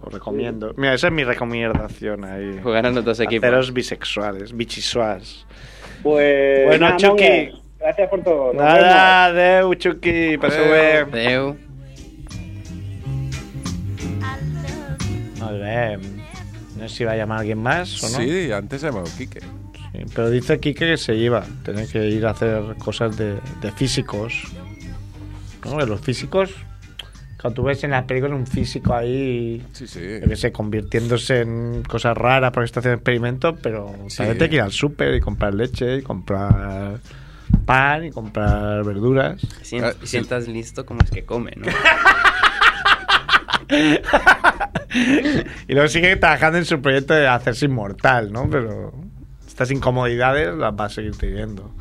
Speaker 1: Lo recomiendo. Mira, esa es mi recomendación ahí.
Speaker 7: Jugar en los dos equipos.
Speaker 1: Haceros bisexuales, bichisuas.
Speaker 10: Pues.
Speaker 1: Bueno,
Speaker 10: nada,
Speaker 1: Chucky.
Speaker 10: Mongues, Gracias por todo. Nos vemos.
Speaker 1: Nada, adeu, Chucky. pues Paseu bé.
Speaker 7: Pues Adeu.
Speaker 1: Molt bé. No sé si va a llamar alguien más o no.
Speaker 2: Sí, antes se llamaba Quique.
Speaker 1: Sí, Eh, Pero dice aquí que se iba. Tiene que ir a hacer cosas de, de físicos. ¿No? De los físicos. Cuando tú ves en las películas un físico ahí,
Speaker 2: Sí, sí.
Speaker 1: yo qué sé, convirtiéndose en cosas raras porque está haciendo experimentos, pero
Speaker 2: Sí.
Speaker 1: también tiene que ir al súper y comprar leche y comprar pan y comprar verduras.
Speaker 7: Y si- Y si estás listo, como es que come, ¿no?
Speaker 1: Y luego sigue trabajando en su proyecto de hacerse inmortal, ¿no? Pero estas incomodidades las va a seguir teniendo.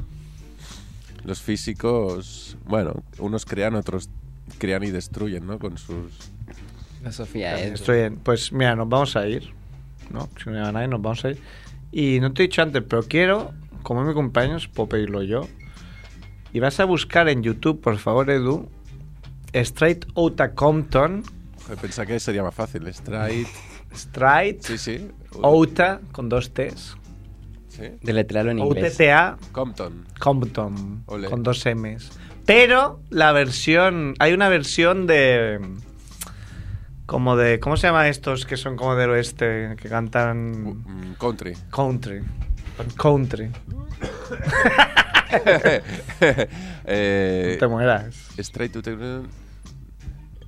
Speaker 2: Los físicos, bueno, unos crean, otros crean y destruyen, ¿no? Con sus...
Speaker 7: La Sofía es.
Speaker 1: Estoy bien. Pues mira, nos vamos a ir, ¿no? Si no lleva nadie, nos vamos a ir. Y no te he dicho antes, pero quiero, como es mi cumpleaños, puedo pedirlo yo. Y vas a buscar en YouTube, por favor, Edu, Straight Outta Compton.
Speaker 2: Joder, Pensaba que sería más fácil. Straight...
Speaker 1: Straight
Speaker 2: Sí, sí.
Speaker 1: Outta, con dos T's.
Speaker 2: Sí.
Speaker 7: Deletrealo en inglés.
Speaker 1: OUTA
Speaker 2: Compton.
Speaker 1: Compton,
Speaker 2: Ole.
Speaker 1: con dos M's. Pero la versión, hay una versión de... Como de... ¿Cómo se llama estos que son como del oeste? Que
Speaker 2: U-
Speaker 1: cantan...
Speaker 2: mm, Country.
Speaker 1: Country. Country.
Speaker 2: eh,
Speaker 1: No te mueras.
Speaker 2: straight to the-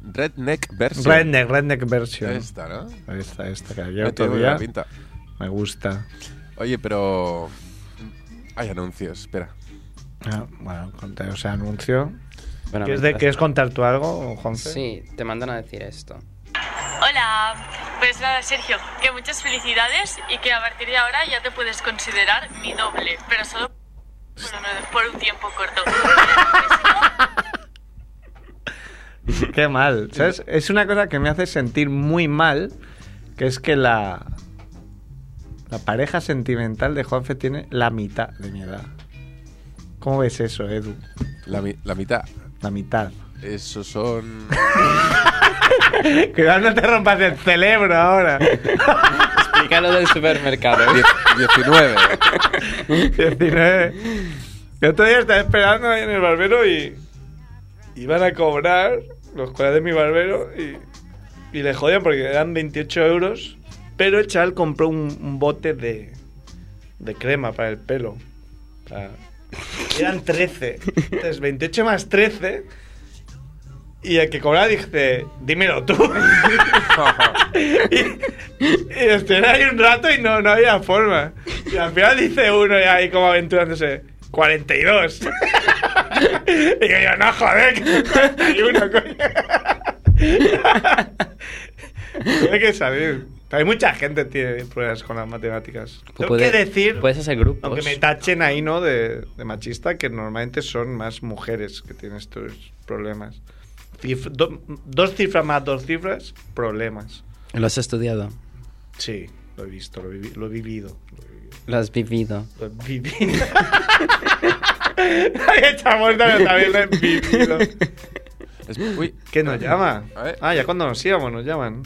Speaker 2: Redneck version.
Speaker 1: Redneck, redneck version. Esta,
Speaker 2: Esta, ¿no?
Speaker 1: esta, que la
Speaker 2: No
Speaker 1: llevo
Speaker 2: tiene
Speaker 1: otro
Speaker 2: muy
Speaker 1: día.
Speaker 2: buena pinta.
Speaker 1: Me gusta.
Speaker 2: Oye, pero... Hay anuncios, espera.
Speaker 1: Ah, bueno, conté, o sea, anuncio.
Speaker 7: Bueno,
Speaker 1: ¿Quieres, de-
Speaker 7: mientras-
Speaker 1: quieres contar tú algo, Juanfe?
Speaker 7: Sí, te mandan a decir esto.
Speaker 11: Hola, pues nada, Sergio, que muchas felicidades y que a partir de ahora ya te puedes considerar mi doble, pero solo por un, por un tiempo corto.
Speaker 1: Qué mal. ¿Sabes? Es una cosa que me hace sentir muy mal, que es que la, la pareja sentimental de Juanfe tiene la mitad de mi edad. ¿Cómo ves eso, Edu?
Speaker 2: La, mi- la mitad.
Speaker 1: La mitad.
Speaker 2: Eso son...
Speaker 1: Cuidado, no te rompas el cerebro ahora.
Speaker 7: Explícalo del supermercado.
Speaker 2: diez- 19.
Speaker 1: 19. El otro día estaba esperando ahí en el barbero y iban a cobrar los cuadros de mi barbero y, y le jodían porque eran 28 euros. Pero el chaval compró un, un bote de, de crema para el pelo. Para- y eran 13. Entonces, 28 más 13. Y el que cobraba dice, dímelo tú. y, y estén ahí un rato y no, no había forma. Y al final dice uno ya ahí como aventurándose. 42. y yo, no, joder, que 41, coño. Tiene que salir. Hay mucha gente que tiene problemas con las matemáticas. Tengo
Speaker 7: puede-
Speaker 1: que decir,
Speaker 7: puedes hacer grupos.
Speaker 1: aunque me tachen ahí, ¿no? De, de machista, que normalmente son más mujeres que tienen estos problemas. Cif- do- dos cifras más dos cifras, problemas.
Speaker 12: ¿Lo has estudiado?
Speaker 1: Sí, lo he visto, lo, he vivi- lo he vivido.
Speaker 12: Lo has vivido.
Speaker 1: Lo he vivido. Esta muerta también lo he vivido.
Speaker 2: Uy.
Speaker 1: ¿Qué nos llama?
Speaker 2: A ver.
Speaker 1: Ah, ya cuando nos íbamos nos llaman.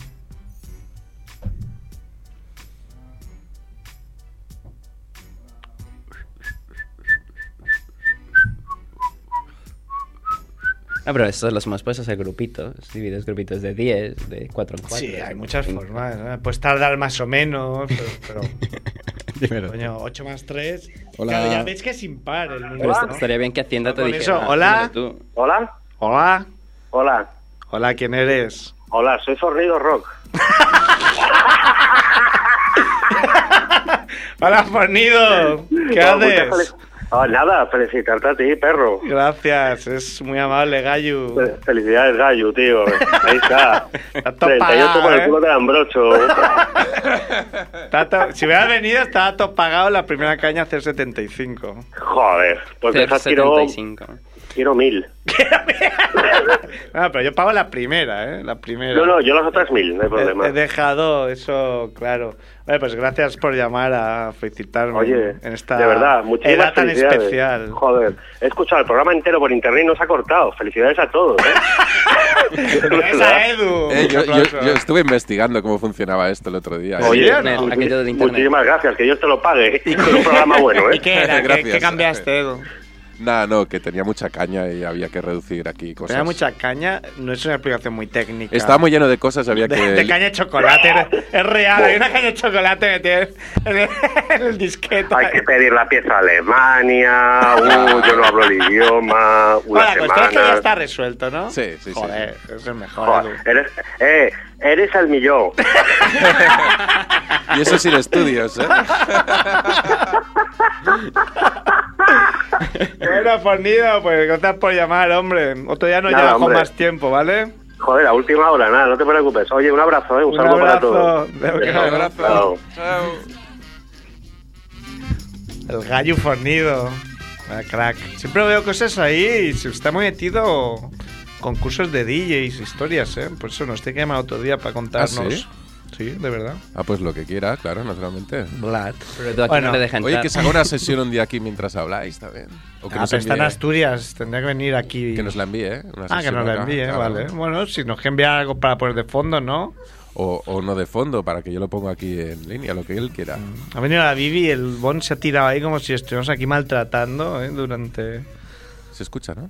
Speaker 12: Ah, pero estos los más puedes hacer grupitos. Divides grupitos de 10, de 4 en 4.
Speaker 1: Sí, hay muchas formas. ¿no? Puedes tardar más o menos, pero. pero coño, 8 más 3.
Speaker 12: Hola.
Speaker 1: Claro, ya ves que es impar el este. número.
Speaker 12: Pero est-
Speaker 1: Ah, ¿no?
Speaker 12: estaría bien que Hacienda te
Speaker 1: Con
Speaker 12: dijera.
Speaker 7: "Ah,
Speaker 1: eso, hola.
Speaker 13: Hola,
Speaker 1: Hola.
Speaker 13: hola,
Speaker 1: Hola, ¿quién eres?
Speaker 13: hola, soy Forrido Rock.
Speaker 1: Hola, Fornido. ¿Qué
Speaker 13: Bueno, muchas
Speaker 1: haces?
Speaker 13: felici- Ah, nada, felicitarte a ti, perro.
Speaker 1: Gracias, es muy amable, Gallu.
Speaker 13: Felicidades, Gallo, tío. Ahí está.
Speaker 1: topado,
Speaker 13: 38 con
Speaker 1: ¿eh?
Speaker 13: el culo de Ambrocho.
Speaker 1: Está to- Si hubieras venido, estaba todo pagado la primera caña hacer 75.
Speaker 13: Joder, pues de esas quiero, quiero mil.
Speaker 1: Ah, pero yo pago la primera, ¿eh? La primera.
Speaker 13: No, no, yo las otras mil, no hay problema.
Speaker 1: He, he dejado eso claro. Oye, pues gracias por llamar a felicitarme
Speaker 13: Oye,
Speaker 1: en esta
Speaker 13: de verdad, muchísimas
Speaker 1: edad tan
Speaker 13: felicidades.
Speaker 1: especial.
Speaker 13: Joder, he escuchado el programa entero por internet y no se ha cortado. Felicidades a todos. ¿eh?
Speaker 1: a Edu.
Speaker 2: Eh, yo, yo-
Speaker 13: aplauso.
Speaker 2: yo estuve investigando cómo funcionaba esto el otro día.
Speaker 13: Oye, muchi- muchísimas gracias, que Dios te lo pague. Y con un programa bueno, ¿eh?
Speaker 1: cambiaste, Edu?
Speaker 2: Nada, no, que tenía mucha caña y había que reducir aquí
Speaker 13: pues
Speaker 2: cosas.
Speaker 1: Tenía mucha caña, no es una explicación muy técnica.
Speaker 2: Estaba muy lleno de cosas, había
Speaker 1: de,
Speaker 2: que...
Speaker 1: de caña de chocolate, es- es real, hay una caña de chocolate metida en el, en el disquete.
Speaker 13: Hay que pedir la pieza a Alemania. Uh, yo no hablo el idioma. Una
Speaker 1: Ahora, pues todo esto ya
Speaker 13: semana.
Speaker 1: está resuelto, ¿no? Sí, sí, Joder, sí. es el mejor,
Speaker 13: Joder,
Speaker 1: Edu.
Speaker 13: eres, eh, eres al millón.
Speaker 2: Y eso sin estudios, ¿eh?
Speaker 1: Bueno, Fornido, pues gracias por llamar, hombre. Otro día nos
Speaker 13: Nada,
Speaker 1: llevas con
Speaker 13: hombre.
Speaker 1: más tiempo, ¿vale?
Speaker 13: Joder, a última hora, nada, no te preocupes. Oye, un abrazo, ¿eh? un,
Speaker 1: Un
Speaker 13: saludo para
Speaker 1: abrazo.
Speaker 13: todos.
Speaker 1: Un abrazo.
Speaker 13: Chao.
Speaker 1: El gallo fornido. Ah, crack. Siempre veo cosas ahí. y Se está muy metido concursos de DJs, historias, ¿eh? Por eso nos tiene que llamar otro día para contarnos.
Speaker 2: ¿Ah, sí?
Speaker 1: de verdad.
Speaker 2: Ah, pues lo que quiera, claro, naturalmente.
Speaker 1: Vlad. Pero tú aquí Bueno. no le dejan
Speaker 2: Oye,
Speaker 1: entrar.
Speaker 2: que se haga una sesión un día aquí mientras habláis también. O que
Speaker 1: Ah,
Speaker 2: nos
Speaker 1: pero está en
Speaker 2: envíe-
Speaker 1: Asturias. Tendría que venir aquí.
Speaker 2: Que nos la envíe, ¿eh? Una
Speaker 1: ah, que
Speaker 2: sesión
Speaker 1: nos la
Speaker 2: acá,
Speaker 1: envíe,
Speaker 2: claro.
Speaker 1: vale. Bueno, si nos envía algo para poner de fondo, ¿no?
Speaker 2: O, o no de fondo, para que yo lo ponga aquí en línea, lo que él quiera.
Speaker 1: Ha venido la Vivi y el Bon se ha tirado ahí como si estuviéramos aquí maltratando ¿eh? durante...
Speaker 2: Se escucha, ¿no?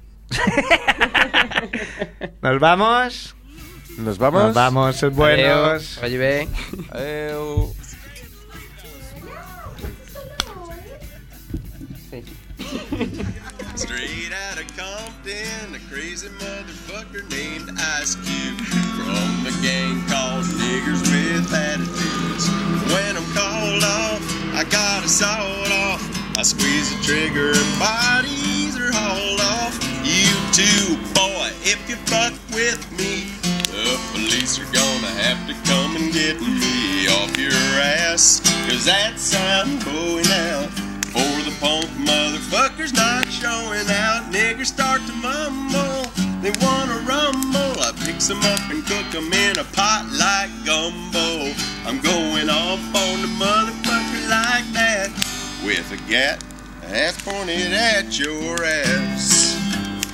Speaker 1: ¿Nos vamos?
Speaker 2: ¿Nos vamos?
Speaker 1: Nos vamos, sed buenos.
Speaker 7: Oye, ve.
Speaker 14: Straight out of Compton, a crazy motherfucker named Ice Cube from the gang called Niggers with Attitudes. When I'm called off, I got a sawed off. I squeeze the trigger and bodies are hauled off. You too, boy, if you fuck with me, the police are gonna have to come and get me off your ass. Cause that's how I'm going out. For the punk motherfuckers not showing out, niggers start to mumble. They wanna rumble. I picks 'em up and cook 'em in a pot like gumbo. I'm going off on the motherfucker like that with a gat that's pointed at your ass.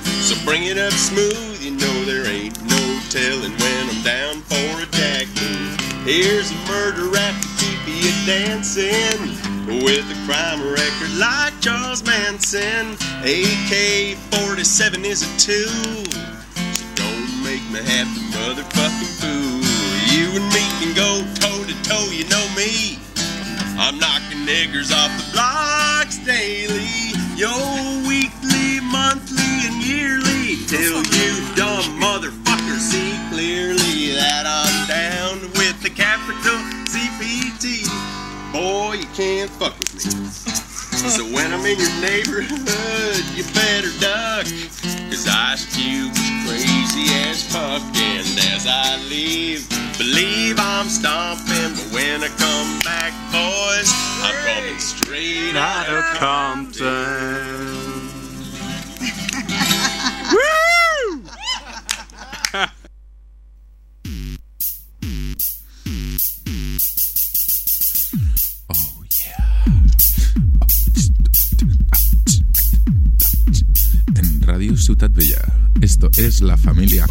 Speaker 14: So bring it up smooth, you know there ain't no telling when I'm down for a tag move. Here's a murder rap to keep you dancing with a crime record like Charles Manson. AK 47 is a two, so don't make me have the motherfucking fool. You and me can go toe to toe, you know me. I'm knocking niggers off the blocks daily, yo, weekly, monthly, and yearly. Till you dumb motherfuckers see clearly that I'm down with the capital CPT. Boy, you can't fuck with me. So when I'm in your neighborhood, you better duck. Cause Ice Cube was crazy as fuck. And as I leave, believe I'm stomping. But when I come back, boys, I'm coming straight out of Compton.
Speaker 2: En Radio Ciutat Vella, esto es La Familia.